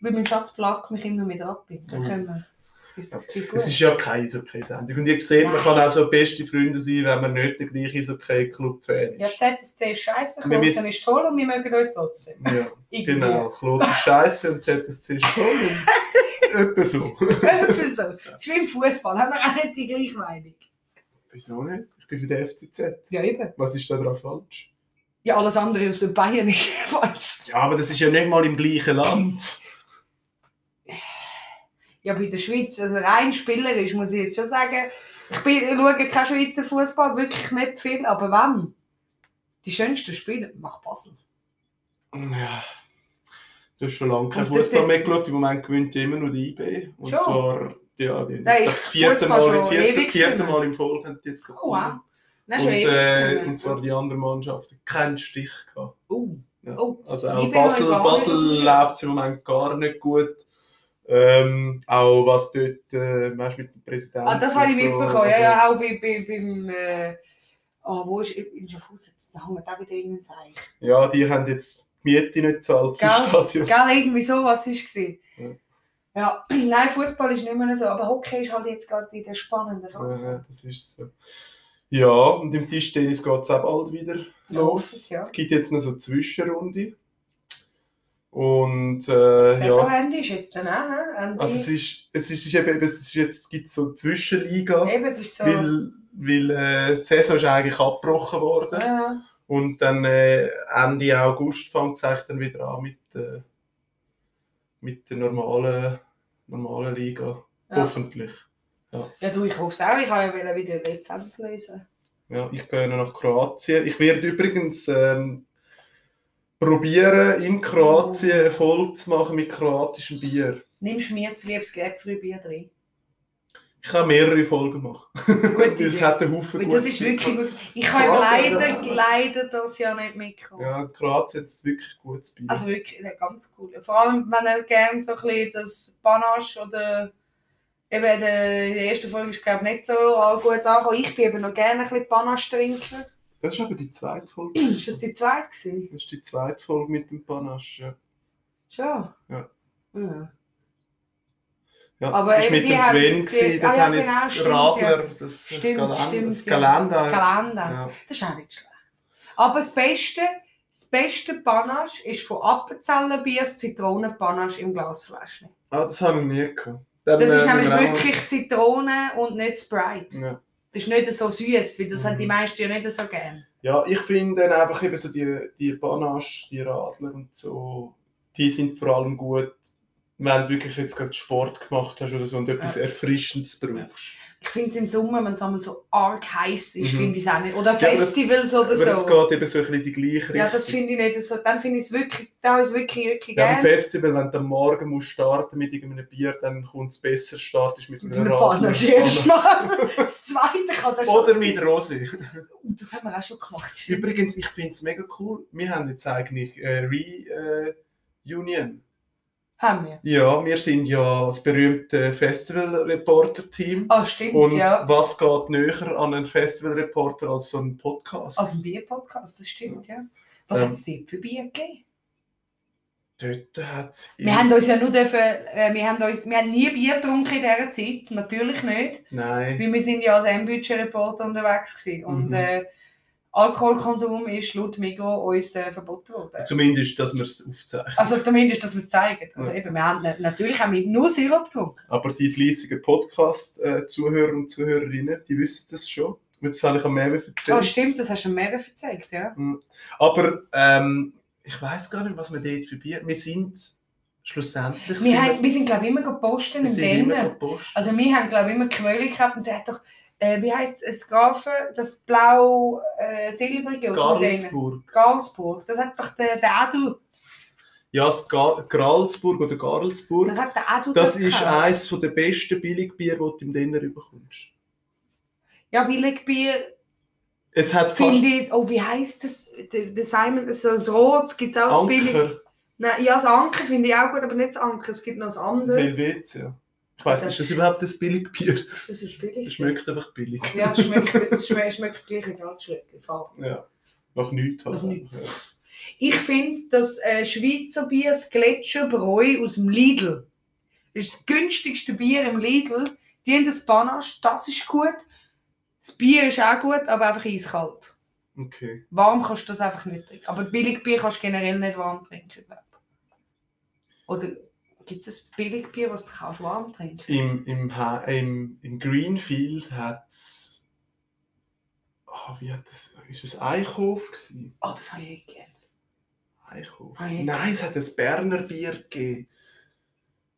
weil mein Schatz plagt mich immer wieder ab. Dann
Mhm.
können wir. Das ist, das ist
Es
gut.
ist ja keine Eishockey-Sendung. Und ihr seht, man
Nein.
kann auch so beste Freunde sein, wenn man nicht der gleiche Eishockey-Club-Fan
Ja,
ist.
ZSC ist scheiße,
Wir müssen-
Kloten ist toll und wir mögen uns trotzdem.
Ja,
Irgendwie.
genau. Claude ist scheiße und ZSC ist toll. und Etwa so.
Etwa so. Das ist wie im Fußball, haben wir auch nicht die gleiche Meinung.
Wieso nicht? Ich bin für den FCZ.
Ja, eben.
Was ist da dran falsch?
Ja, alles andere aus dem Bayern ist falsch.
Ja, aber das ist ja nicht mal im gleichen Land.
äh, Ja, bei der Schweiz, also rein spielerisch, muss ich jetzt schon sagen. Ich, bin, ich schaue keinen Schweizer Fußball, wirklich nicht viel, aber wenn? Die schönsten Spiele macht Basel.
Ja. Du hast schon lange keinen
Und das
Fußball
sind-
mehr geschaut. Im Moment gewinnt immer nur die IB. Und
Schon?
zwar, ja, die,
Nein,
ich glaube, das
ich-
vierte
Fußball
Mal, im-
schon
vierte,
ewig
vierte
nicht
Mal im Folge haben die jetzt gewonnen.
Oh, wow. Nein,
Und,
schon ewig
äh,
nicht mehr.
und zwar die andere Mannschaft keinen Stich gehabt.
Oh,
Ja.
oh.
Also auch
IB habe ich
Basel,
gar nicht auf dem
Basel
Schirm.
läuft es im Moment gar nicht gut. Ähm, auch was dort, äh, weißt, mit dem Präsidenten.
Ah, das habe ich
und so,
mitbekommen. Ja,
also-
ja, auch bei, bei, beim. Äh, oh, wo ist. In Schaffhausen, da hängt auch wieder irgendein Zeichen.
Ja, die haben jetzt die Miete nicht gezahlt
Gell?
fürs Stadion.
Gell, irgendwie sowas war es.
Ja.
Ja, nein, Fußball ist nicht mehr so, aber Hockey ist halt jetzt gerade in der spannenden Phase.
Ja, Äh, das ist so. Ja, und im Tischtennis geht es auch bald wieder
Ja,
los.
ja.
Es gibt jetzt noch so eine Zwischenrunde. Und äh, ja,
Saisonende ist jetzt dann auch. hä? Ende.
also es ist, es ist eben, es ist jetzt gibt so eine Zwischenliga.
Eben, es ist so.
weil, weil äh, die Saison ist eigentlich abgebrochen worden
ja,
und dann äh, Ende August fängt es eigentlich dann wieder an mit, äh, mit der normalen, normalen Liga.
ja.
Hoffentlich.
ja, du, ich hoffe es auch. Ich habe ja wieder wieder Lizenz lösen.
Ja, ich gehe noch nach Kroatien. Ich werde übrigens ähm, probieren, in Kroatien Erfolg zu machen mit kroatischem Bier.
Nimmst du mir zu liebes Gäbfrühbier drin?
Ich kann mehrere Folgen machen.
Gute
Weil es
Idee.
hat einen Haufen
Weil das
gutes
ist
Bier
wirklich
gehabt.
gut. Ich habe
Kroatien,
leider,
ja.
leider das ja nicht mitgekommen.
Ja, Kroatien hat wirklich gutes Bier.
Also wirklich ja, ganz cool. Vor allem, wenn er gerne so ein bisschen das Panache oder eben in der in der ersten Folge ist glaube ich nicht so all gut angekommen. Ich bin eben noch gerne ein bisschen Panache trinken.
das ist aber die zweite Folge.
Ist das die zweite gewesen?
Das ist die zweite Folge mit dem Panache. ja.
Schon?
Ja.
Ja.
Ja,
Aber
das war
eben,
mit
die
dem
haben-
Sven,
die-
gewesen,
ah
dort
ja,
habe ich
genau,
das
stimmt,
Radler, das,
Stimmt,
das, Galen,
stimmt.
das
ja.
Kalender.
Das Kalender.
Ja.
Das ist auch nicht schlecht. Aber das Beste, das beste Panache ist von Appenzellenbier das Zitronenpanache im Glasfläschchen.
Ah, das habe ich nie gehabt. Dann,
Das ist
äh,
nämlich
wir auch-
wirklich Zitrone und nicht Sprite.
Ja.
Das ist nicht so süß, weil das
Mhm.
haben die meisten ja nicht so gern.
ja, ich finde dann einfach eben so die, die Panache, die Radler und so, die sind vor allem gut, wenn du wirklich jetzt gerade Sport gemacht hast oder so und etwas Erfrischendes brauchst.
Ich finde es im Sommer, wenn es einmal so arg heiß ist,
Mhm.
finde ich es auch nicht. Oder
aber das-
Festivals
Aber
oder
es
so.
geht eben so ein bisschen die gleiche
Also Ja, das
Richtung.
finde ich nicht so. Dann finde ich es wirklich, da ist wirklich, wirklich
Ja, am
gern.
Festival, wenn du am Morgen musst starten mit irgendeinem Bier, dann kommt es besser, startest mit
Mit
einem
einem
Radler.
Panache erstmal. Das zweite kann das
Oder mit Rosé.
Uh, Das haben wir auch schon gemacht. stimmt.
Übrigens, ich finde es mega cool. Wir haben jetzt eigentlich äh, Reunion.
Haben wir.
ja, wir sind ja das berühmte Festival-Reporter-Team.
Ah, stimmt,
Und
ja.
was geht näher an einen Festival-Reporter als so ein Podcast?
Als Also ein Bier-Podcast, das stimmt, ja. Was
Ähm.
hat es dort für Bier gegeben?
Dort hat's
Wir haben uns ja nur dürfen, äh, wir haben uns, wir haben nie Bier getrunken in dieser Zeit, natürlich nicht,
Nein.
weil wir sind ja als M-Budget-Reporter unterwegs gewesen. und
Mhm.
äh, Alkoholkonsum ist laut Migros uns äh, verboten worden.
Zumindest, dass wir es aufzeichnen.
Also zumindest, dass wir es zeigen. Also
Ja.
eben, wir haben, natürlich haben wir nur Sirup getrunken.
Aber die fleissigen Podcast-Zuhörer und Zuhörerinnen, die wissen das schon. Und das habe ich am Mehrwert erzählt.
Oh, stimmt, das hast du mir mehr erzählt, ja.
Aber ähm, ich weiß gar nicht, was wir dort für Bier. Wir sind schlussendlich. sind
Wir, haben, wir sind, glaube ich, immer gepostet
wir
im
sind immer
Rennen.
noch Post.
Also wir haben, glaube ich, immer Quelle gehabt und der hat doch, äh, wie heisst es, Skarfe, das äh, blau-silbrige aus dem Rennen.
Garlsburg.
Galsburg, das hat doch der, der Edu
Ja, das Ga- Gralsburg oder Garlsburg.
Das hat der auch du
Das
gekauft.
ist eines der besten Billigbier, das du im Dinner bekommst.
Ja, Billigbier
Es hat fast
finde ich. Oh, wie heisst das? Der, der Simon, das, das Rot, es gibt auch das Billig.
Anker,
Nein, ja, das Anker finde ich auch gut, aber nicht das Anker, es gibt noch das andere.
Helvetia. Ich weiss,
Das
ist das
ist-
überhaupt ein Billigbier?
Das ist
Es
billig.
schmeckt einfach billig.
Ja, es schmeckt, es schmeckt, es schmeckt gleich wie Goldschlüssel.
Ja. Nach nichts halt.
Nach nichts.
Ja.
Ich finde, das äh, Schweizer Bier, das Gletscherbräu aus dem Lidl, ist das günstigste Bier im Lidl. Die haben das Panache, das ist gut. Das Bier ist auch gut, aber einfach eiskalt.
Okay.
Warm kannst du das einfach nicht trinken. Aber Billigbier kannst du generell nicht warm trinken, glaube Oder gibt es ein Billigbier, das du kannst warm trinken
Im, im, Ha- im, im Greenfield hat es. ah wie hat das. Ist es Eichhof? Gewesen?
Oh, das habe ich nicht gern.
Eichhof.
Ah, ja.
Nein, es hat ein Berner Bier gegeben.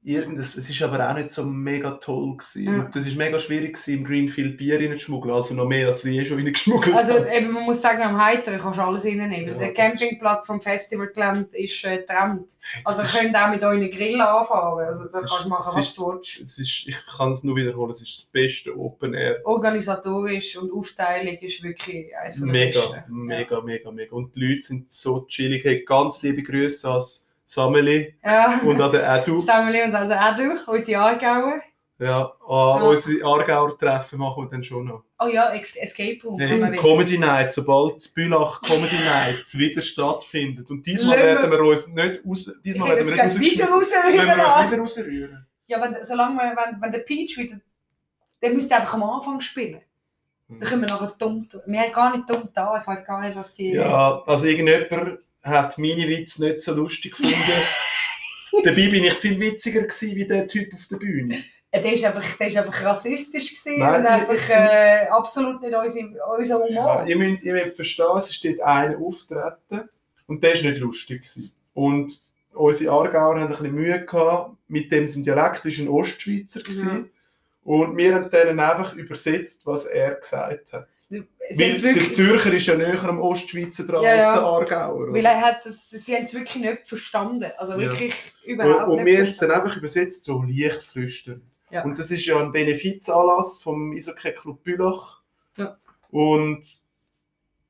Irgendes, es war aber auch nicht so mega toll. Gewesen.
Ja.
Und Das war mega schwierig, gewesen, im Greenfield Bier reinzuschmuggeln. Also noch mehr, als sie eh schon reingeschmuggelt
Also
haben.
eben, man muss sagen, am Heiteren kannst du alles reinnehmen.
Ja, das
Der
ist-
Campingplatz vom Festivalgelände ist äh, getrennt.
Hey, das
Also ihr
ist-
könnt auch mit euren Grillen anfahren. Also
Es
da
ist-
kannst du
es
machen, was
ist-
du willst.
es ist, ich kann es nur wiederholen, es ist das beste Open Air.
Organisatorisch und Aufteilung ist wirklich eines der
Mega,
besten.
mega, mega, mega. Und die Leute sind so chillig. Hey, ganz liebe Grüße an Sameli
Ja.
und an den Edu.
Samuel und also auch du, unsere Aargauer.
Ja, an
Ja.
unsere Aargauer-Treffen machen wir dann schon noch.
Oh ja, Ex Escape Room. kann man
Hey,
wieder.
Comedy Night, sobald Bülach Comedy Night wieder stattfindet. Und diesmal
Lassen wir-
werden wir uns nicht raus...
ich
Diesmal
will
werden
jetzt
wir
gleich
nicht
wieder
rausgeschmissen. Lassen wir uns
raus.
wieder rausrühren.
Ja, wenn, solange wir, wenn, wenn der Peach wieder... Dann müsst ihr einfach am Anfang spielen. Dann können wir nachher dumm tun. Wir haben gar nicht dumm da. Ich weiß gar nicht, was die...
Ja, also irgendjemand hat meine Witze nicht so lustig gefunden. Dabei bin ich viel witziger gewesen wie der Typ auf der Bühne.
Äh, Der war einfach, der ist einfach rassistisch gewesen
Nein,
und
ich-
einfach
ich-
äh, absolut nicht unser, unser
Ja,
Humor.
ihr, müsst, ihr müsst verstehen, es steht einer auftreten und der war nicht lustig. Gewesen. Und unsere Aargauer haben ein bisschen Mühe gehabt mit dem sein Dialekt, ist ein Ostschweizer. Gewesen. Und wir haben denen einfach übersetzt, was er gesagt hat.
Sie
Weil
haben's
der
wirklich-
Zürcher ist ja näher am Ostschweizer dran
Ja,
als
ja.
der Aargauer.
Weil er hat das, sie haben es wirklich nicht verstanden. Also
Ja.
wirklich überhaupt
Und, und
nicht.
wir haben es dann einfach übersetzt, so leicht flüstern.
Ja.
Und das ist ja ein Benefizanlass vom Isokay Club Bülach.
Ja.
Und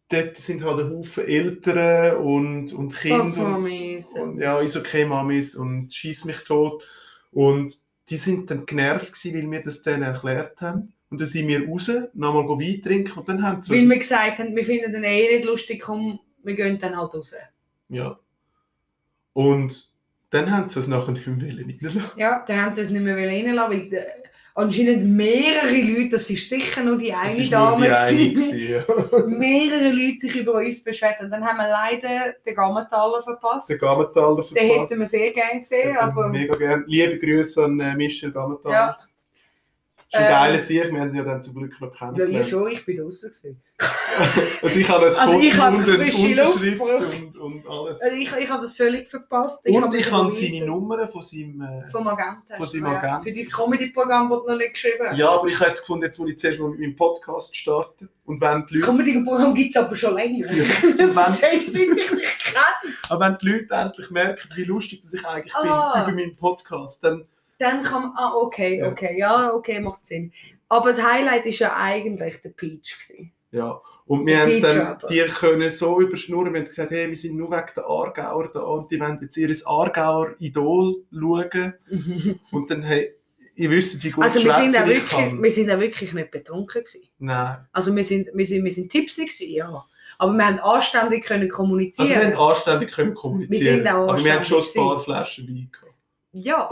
dort sind halt ein Haufen Eltern und, und Kinder. Und,
verstanden.
und ja, Isokay Mamis und Schieß mich tot. Und die sind dann genervt gewesen, weil wir das denen erklärt haben. Und dann sind wir raus, nochmal Wein trinken und dann haben sie
Weil wir gesagt haben, wir finden den eh nicht lustig, komm, wir gehen dann halt raus.
Ja. Und dann haben sie uns nachher nicht mehr reinlassen.
Ja, dann haben sie uns nicht mehr reinlassen, weil äh, anscheinend mehrere Leute, das ist sicher nur die eine
Es war nur
Dame,
die eine
gewesen,
gewesen, ja.
mehrere Leute sich über uns beschwert. Und dann haben wir leider den Gammentaler verpasst.
Den Gammenthaler verpasst.
den hätten wir sehr gerne gesehen,
Hätten wir
aber
Mega gerne. Liebe Grüße an äh, Michel Gammenthaler.
Ja.
Ist ein
Ähm,
geiler Sieg, wir haben ihn ja dann zum Glück noch
ja, ich
kennengelernt.
schon, ich bin draußen gewesen.
Also ich habe ein
Also
Foto
ich habe
und eine
frische Luft
Unterschrift
gebraucht.
und, und alles.
Also ich, ich habe das völlig verpasst.
und
habe
ich
mich
habe
überwinden.
seine Nummern von seinem... Äh,
Vom Agenten.
Von seinem
Ja,
Agenten.
Für dein Comedy-Programm, das du noch nicht geschrieben hast.
ja, aber ich habe jetzt gefunden, jetzt muss ich zuerst mal mit meinem Podcast starten. Und wenn die
Das
Leute,
Comedy-Programm gibt es aber schon länger.
Ja.
Du
Wenn-
sagst, seit ich mich kenne.
aber wenn die Leute endlich merken, wie lustig dass ich eigentlich
Ah.
bin über meinen Podcast, dann
Dann kann man, ah, okay,
Ja.
okay, ja, okay, macht Sinn. Aber das Highlight war ja eigentlich der Peach. gewesen.
Ja, und wir haben
Der
dann
Peach-Rapper.
die können so überschnurren. Wir haben gesagt, hey, wir sind nur wegen der Aargauer da und die wollen jetzt ihr Aargauer Idol schauen. Und dann, hey, ihr wisst, wie gut
Also wir sind,
schwätzen
auch
ich
wirklich,
kann.
wir sind auch wirklich nicht betrunken. Gewesen.
Nein.
Also wir sind, wir sind, wir sind tipsy, gewesen, ja. Aber wir haben anständig können kommunizieren.
Also wir haben anständig können kommunizieren.
Wir sind auch
aber wir haben schon ein
anständig
paar Flaschen Wein gehabt.
ja,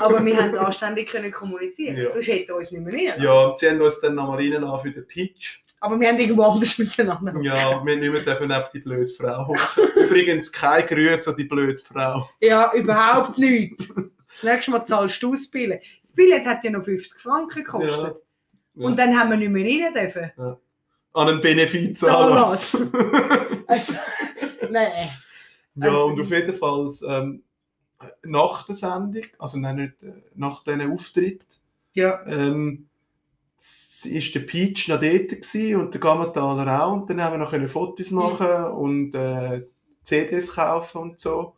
aber wir haben anständig können kommunizieren.
Ja.
Sonst hätten wir uns nicht mehr rein.
Ja, und sie haben uns dann nochmal reinlassen für den Pitch.
Aber wir haben irgendwo anders miteinander.
Ja, wir haben nicht mehr dürfen neben die blöde Frau hocken. Übrigens, keine Grüße an die blöde Frau.
Ja, überhaupt nicht. Das nächste Mal zahlst du das Billett. Das Billett hat ja noch 50 Franken gekostet.
Ja.
Und dann haben wir nicht mehr rein dürfen.
An einen Benefizanlass.
Also, nein.
Ja,
Also-
und auf jeden Fall ähm, nach der Sendung, also nein, nicht äh, nach diesem Auftritt,
Ja.
ähm, s- ist der Peach noch dort gewesen und der Gammataler auch. Und dann haben wir noch können Fotos machen und äh, CDs kaufen und so.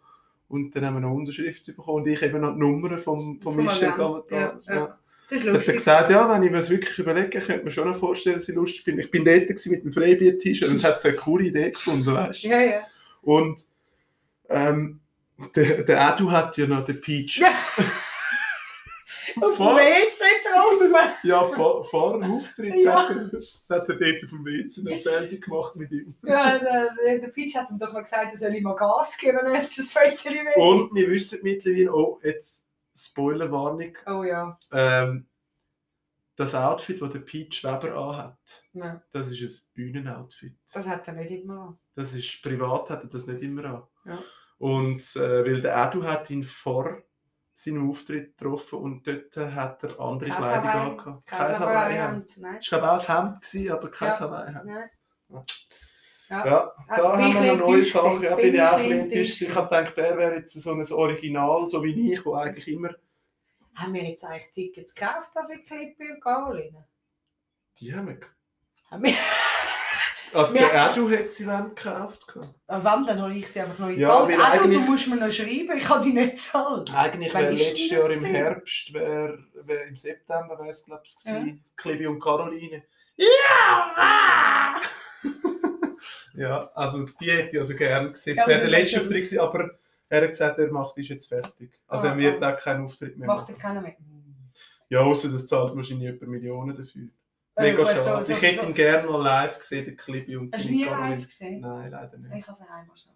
Und dann haben wir noch Unterschriften bekommen und ich eben noch die Nummern vom, vom
Vom
Michel
Agent,
Galatasaray.
ja, ja. Das ist
Dass er
lustig.
gesagt ja, wenn ich mir das wirklich überlege, könnte man schon noch vorstellen, dass ich lustig bin. Ich bin dort gewesen mit dem Freibier-T-Shirt und hat so eine coole Idee gefunden, weißt du?
Ja, ja.
Und ähm, der, der Edu hat ja noch den Peach.
Ja.
Auf dem
Vor-
WC getroffen.
Ja, vor, vor dem Auftritt
Ja.
hat, er, hat er dort auf dem WC ein Selfie gemacht mit ihm.
ja, der, der, der Peach hat ihm doch mal gesagt, er soll ihm mal Gas geben, wenn er jetzt das Fötchen will.
Und wir wissen mittlerweile, oh, jetzt Spoilerwarnung,
Oh ja.
ähm, das Outfit, das der Peach Weber anhat,
ja.
das ist ein Bühnenoutfit.
Das hat er nicht immer.
Das ist privat, hat er das nicht immer an.
Ja.
Und äh, weil der Edu hat ihn vor seinem Auftritt getroffen und dort hat er andere
Kein
Kleidung
Hawaii-
angehabt.
Kein
Kein Hawaii-Hemd.
Sabrei-Hemd, nein.
Ich glaube auch ein Hemd, gewesen, aber kein
Ja.
Hawaii-Hemd.
Nein.
Ja,
Ah,
da
bin
haben
ich
wir
ein
eine neue
bisschen
Sache.
enttäuscht
Ja, bin ich auch ein bisschen
enttäuscht.
enttäuscht. Ich habe gedacht, der wäre jetzt so ein Original, so wie ich, wo eigentlich immer...
Haben wir jetzt eigentlich Tickets gekauft da für Klippe und Caroline?
Die haben wir...
Haben wir-
Also
Wir-
der Edu hat sie dann gekauft. gehabt.
Äh, Wenn, dann habe ich sie einfach noch nicht
Ja,
gezahlt.
weil
Ja, du, du
eigentlich-
musst mir noch schreiben, ich habe die nicht gezahlt.
Eigentlich
Wann
wäre
ist denn
letztes
das
Jahr im
gewesen?
Herbst, wär, wär im September wäre es, glaube ich,
Ja.
gewesen. Klibi und Caroline. Ja, also die hätte ich also gerne gesehen. Es
Ja,
wäre der
aber
letzte
das-
Auftritt gewesen, aber er hat gesagt, er macht ist jetzt fertig. Also
Ah,
er wird
ah.
auch keinen Auftritt mehr
Macht
machen.
er keinen mehr.
Ja, außer das zahlt wahrscheinlich über Millionen dafür.
Äh,
Mega
gut,
schade.
so- so-
ich hätte
so-
ihn gerne mal live gesehen, den Klibi und
Hast du
seine
nie
Caroline.
live gesehen?
Nein, leider nicht.
Ich habe sie einmal schon.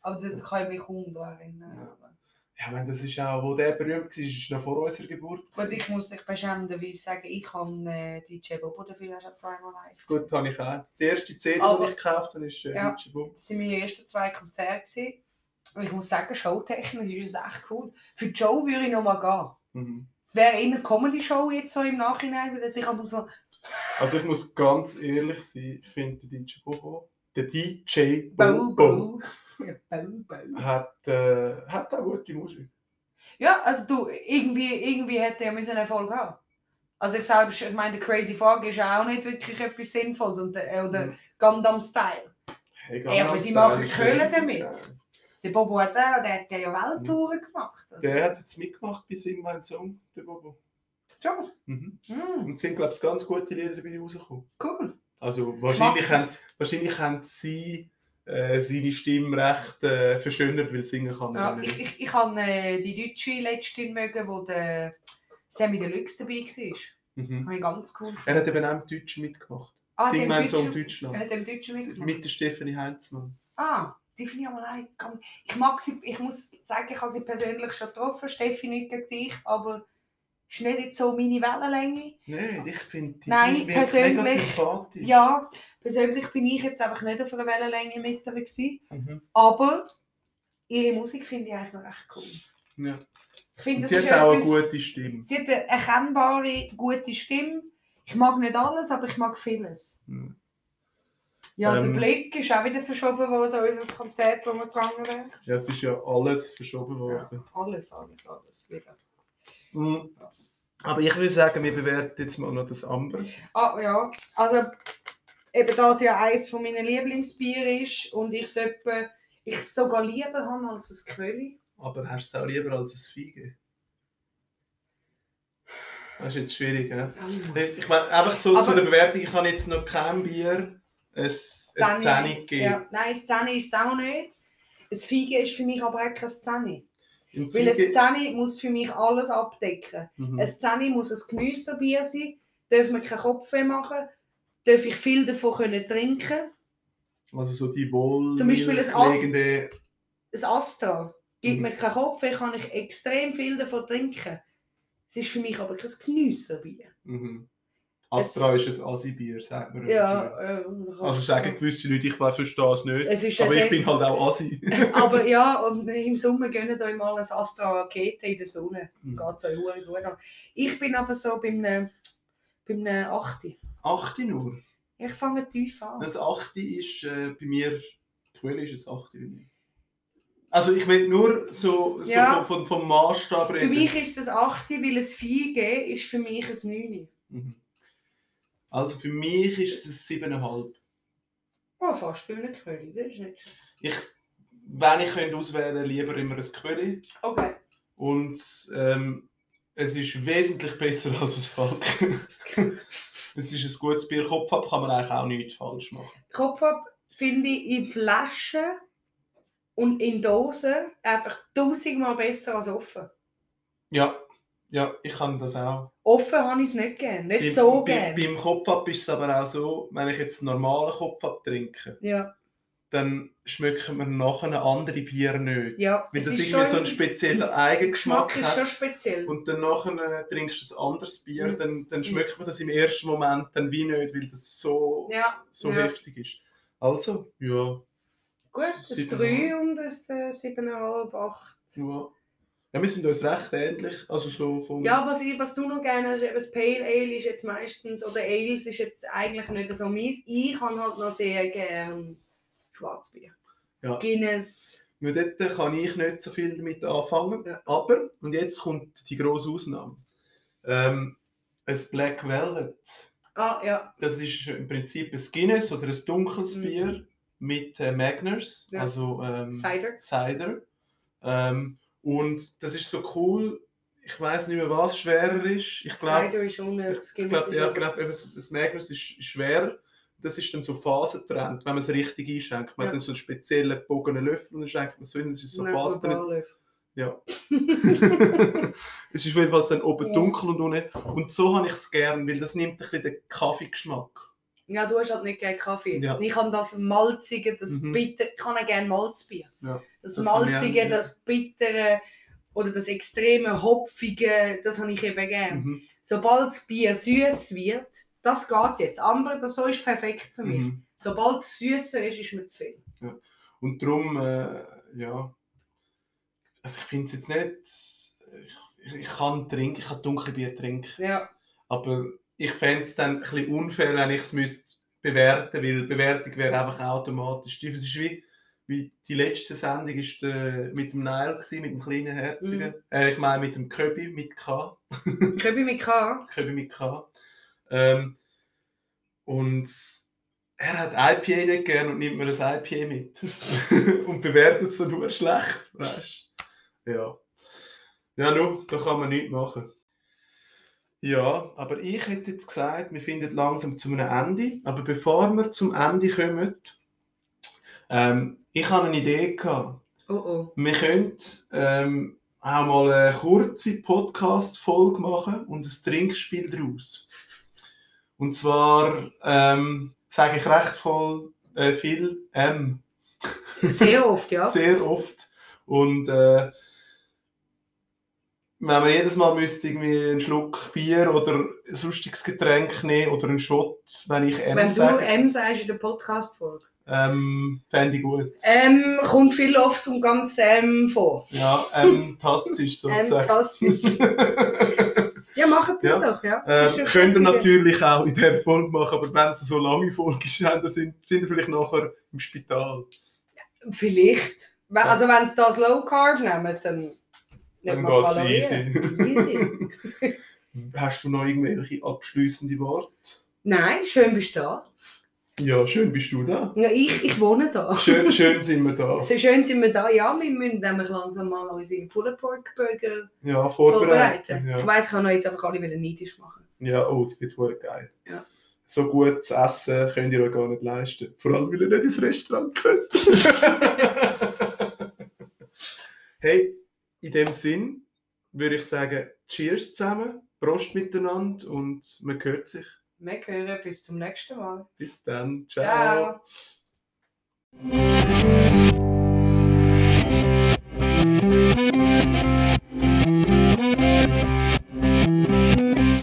Aber das kann ich mich kaum daran erinnern.
Ja. Ja, ich meine, das ist auch, wo der berühmt war, ist noch vor unserer Geburt.
Gut, ich muss dich beschämenderweise sagen, ich habe äh, DJ Bobo dafür auch schon zweimal live gesehen.
Gut, habe ich auch. Die erste CD,
Aber-
die ich gekauft habe, ist äh,
Ja.
Richie Bob.
Das waren meine ersten zwei Konzerte. gewesen. Und ich muss sagen, showtechnisch ist es echt cool. Für die Show würde ich noch mal gehen.
Mhm.
Es wäre eher eine Comedy-Show jetzt so im Nachhinein, weil ich aber so...
Also ich muss ganz ehrlich sein, ich finde den DJ Bobo, der DJ Bobo,
Bow, bow. Ja, bow, bow.
hat, äh, hat auch gute Musik.
Ja, also du, irgendwie, irgendwie hätte er müssen Erfolg haben. Also ich selbst, ich meine, der Crazy Frog ist ja auch nicht wirklich etwas Sinnvolles und, der- äh, oder
Mhm.
Gundam Style.
Hey,
Ja, aber die
Gangnam Style
machen
ist
Köln
riesig,
damit.
ja.
Der Bobo hat, auch, der hat ja Welttouren gemacht. Also,
Der hat jetzt mitgemacht bei Sing Mein Song, der Bobo.
Schon.
Mhm.
Mm,
Und es sind, glaube ich, ganz gute Lieder dabei rausgekommen.
cool.
Also wahrscheinlich
Mag
haben,
das.
wahrscheinlich haben sie äh, seine Stimme recht äh, verschönert, weil singen kann er
Ja,
auch
ich,
nicht.
ich, ich habe äh, die Deutsche letzte mögen, wo der Sammy Deluxe dabei war.
Mhm.
Habe ich ganz cool.
Er hat eben auch im Deutschen mitgemacht.
Ah,
Sing
dem
Mein Song
Deutschen- Er
Deutschland.
hat dem Deutschen mitgemacht.
Mit der Stefanie Heinzmann.
Ah, die finde ich aber auch ganz... Ich mag sie, ich muss sagen, ich habe sie persönlich schon getroffen, Steffi nicht gegen dich, aber ist nicht jetzt so meine Wellenlänge.
Nein, ich finde die
Nein,
wirkt mega
persönlich-
sympathisch.
Ja, persönlich bin ich jetzt einfach nicht auf einer Wellenlänge mit ihr gewesen,
Mhm.
aber ihre Musik finde ich eigentlich noch recht cool.
ja.
Ich finde,
Und
das
sie
ist
hat auch eine
etwas-
gute Stimme.
Sie hat eine erkennbare, gute Stimme. Ich mag nicht alles, aber ich mag vieles.
Mhm.
Ja,
Ähm.
der Blick ist auch wieder verschoben worden, unser Konzert, wo wir gegangen sind.
Ja, es ist ja alles verschoben worden.
Alles, alles, alles wieder.
Mhm. Aber ich würde sagen, wir bewerten jetzt mal noch das andere.
Ah ja, also eben das ja eins von meinen Lieblingsbier ist und ich es etwa- ich es sogar lieber habe als ein Quelli.
Aber hast du es auch lieber als ein Feige? Das ist jetzt schwierig, ja? Ich ich meine, einfach so zu
Aber-
der Bewertung, ich habe jetzt noch kein Bier, ein ein Zähne gegeben.
Ja. Nein, ein Zähne ist es auch nicht. Ein Feige ist für mich aber auch kein Zähne.
Im
Weil ein
Feige-
Zähne muss für mich alles abdecken.
Mhm.
Ein Zähne muss ein Gemüsebier sein, darf man keinen Kopfweh machen, darf ich viel davon können trinken.
Also so die wohl
Zum Beispiel ein Ast-
legende
ein Astra gibt
Mhm.
mir keinen Kopf, ich kann ich extrem viel davon trinken. Es ist für mich aber kein Geniessenbier.
mhm. Astra ist ein Asi-Bier, sagt man.
Ja, äh,
Also sagen gewisse Leute, ich weiß, verstehe es nicht,
es ist
aber
ein
ich bin halt auch Asi.
sehr- aber ja, und im Sommer gönnen euch mal ein Astra-Rakete in der Sonne.
Mhm.
Geht so gut. gut an. Ich bin aber so beim, äh, beim äh, 8.
Achte nur.
Ich fange tief an.
Das Achte ist äh, bei mir, Quelle ist ein Achte bei mir. Also ich will nur so, so
Ja.
vom, vom, vom Maßstab
Für
reden.
mich ist das 8, weil es 4G ist für mich ein 9.
Mhm. Also für mich ist es ein 7,5.
Oh, fast bei einem König, das ist nicht schlecht.
Ich wenn ich könnte auswählen könnte, lieber immer ein Quelli.
Okay.
Und ähm, es ist wesentlich besser als ein Falk. es ist ein gutes Bier. Kopf ab kann man eigentlich auch nichts falsch machen.
Kopf ab finde ich in Flaschen und in Dosen einfach tausendmal besser als offen.
Ja, ja ich kann das auch.
Offen habe ich es nicht gern, nicht
Beim-
so
bei-
gern.
Beim Kopf ab ist es aber auch so, wenn ich jetzt einen normalen Kopf ab trinke,
Ja,
dann schmecken mir nachher andere Bier nicht.
ja.
Weil
es
das
ist
irgendwie
schon-
so einen speziellen Eigengeschmack
Geschmack ist schon
hat.
speziell.
Und dann nachher äh, trinkst du ein anderes Bier,
Mhm.
dann, dann schmeckt man das im ersten Moment dann wie nicht, weil das so,
Ja,
so
ja.
heftig ist. Also, ja.
gut, ein
Sieben-
3 und ein äh, 7,5, 8.
Ja. ja, wir sind uns recht ähnlich. Also so vom
Ja, was, ich, was du noch gerne hast, eben das Pale Ale ist jetzt meistens, oder Ales ist jetzt eigentlich nicht so meins. Ich habe halt noch sehr gern Schwarzbier.
Ja.
Guinness.
Nur dort kann ich nicht so viel damit anfangen.
Ja.
Aber, und jetzt kommt die grosse Ausnahme. Ähm, ein Black Velvet.
Ah, ja.
Das ist im Prinzip ein Guinness oder ein dunkles
Mhm.
Bier mit äh, Magners,
Ja.
also ähm,
Cider.
Cider. Ähm, und das ist so cool. Ich weiß nicht mehr, was schwerer ist. Ich glaube,
Cider ist unten, das
Ich
Guinness
glaube,
ist
ja,
oben.
glaub, eben, das das Magnus ist schwer. Das ist dann so phasentrend, wenn man es richtig einschenkt. Man
Ja.
hat dann so einen speziellen gebogenen Löffel und dann schenkt man es so hin, das ist so
Nein,
phasentrend.
Globalöff.
Ja. es ist jedenfalls dann oben
Ja.
dunkel und unten. Und so habe ich es gern, weil das nimmt ein bisschen den Kaffeegeschmack.
Ja, du hast halt nicht gerne Kaffee.
Ja.
Und Ich habe das Malzige, das
Mhm.
Bittere. Ich habe auch gerne Malzbier.
Ja,
Das,
das kann ich auch
Malzige,
nicht.
das Bittere oder das extreme Hopfige, das habe ich eben gerne.
Mhm.
Sobald das Bier süß wird, das geht jetzt. Amber, das so ist perfekt für mich.
Mhm.
Sobald es süßer ist, ist mir zu viel.
Und darum, äh, ja. Also ich finde es jetzt nicht. Ich, ich kann trinken, ich kann dunkle Bier trinken.
Ja,
Aber ich fände es dann ein bisschen unfair, wenn ich es müsste bewerten müsste, weil Bewertung wäre einfach automatisch. Die- Es ist wie, wie die letzte Sendung ist äh, mit dem Nile, gewesen, mit dem kleinen Herzigen. Äh, ich meine mit dem Köbi, mit K.
Köbi mit K.
Köbi mit K. Ähm, und er hat IPA nicht gern und nimmt mir das IPA mit. und bewertet es dann nur schlecht, weißt du? Ja. Ja, nur, da kann man nichts machen. Ja, aber ich hätte jetzt gesagt, wir finden langsam zu einem Ende. Aber bevor wir zum Ende kommen, ähm, ich habe eine Idee gehabt.
Oh oh.
Wir können ähm, auch mal eine kurze Podcast-Folge machen und ein Trinkspiel daraus. Und zwar ähm, sage ich recht voll äh, viel M.
Sehr oft, ja.
Sehr oft. Und äh, wenn man jedes Mal müsste irgendwie einen Schluck Bier oder ein sonstiges Getränk nehmen oder einen Shot, wenn ich M
Wenn du
sage,
M sagst in der Podcast-Folge.
ähm, fände ich gut.
M kommt viel oft und ganz M vor. Ähm,
Ja, M-tastisch sozusagen.
Fantastisch. Ja, macht das
Ja.
doch, ja.
Ähm,
Das ist eine
könnt ihr
gute Idee.
natürlich auch in dieser Folge machen, aber wenn es so lange Folge ist, dann sind, sind ihr vielleicht nachher im Spital.
Vielleicht. We- Also wenn sie das Low Carb nehmen, dann nimmt
Dann
man
geht es
Kalorien.
easy.
easy.
Hast du noch irgendwelche abschließende Worte?
Nein, schön bist du da.
Ja, schön bist du da.
Ja, ich, ich wohne da.
Schön, schön sind wir da.
So schön sind wir da. Ja, wir müssen nämlich langsam mal unsere Pulled Pork Burger
Ja,
vorbereiten.
vorbereiten.
Ich
Ja,
weiss, ich kann euch jetzt einfach alle wieder neidisch machen.
ja oh, es wird wirklich geil.
Ja.
So gutes Essen könnt ihr euch gar nicht leisten. Vor allem, weil ihr nicht ins Restaurant könnt. hey, in dem Sinn würde ich sagen, Cheers zusammen, Prost miteinander und man hört sich.
Wir hören bis zum nächsten Mal.
Bis dann. Ciao.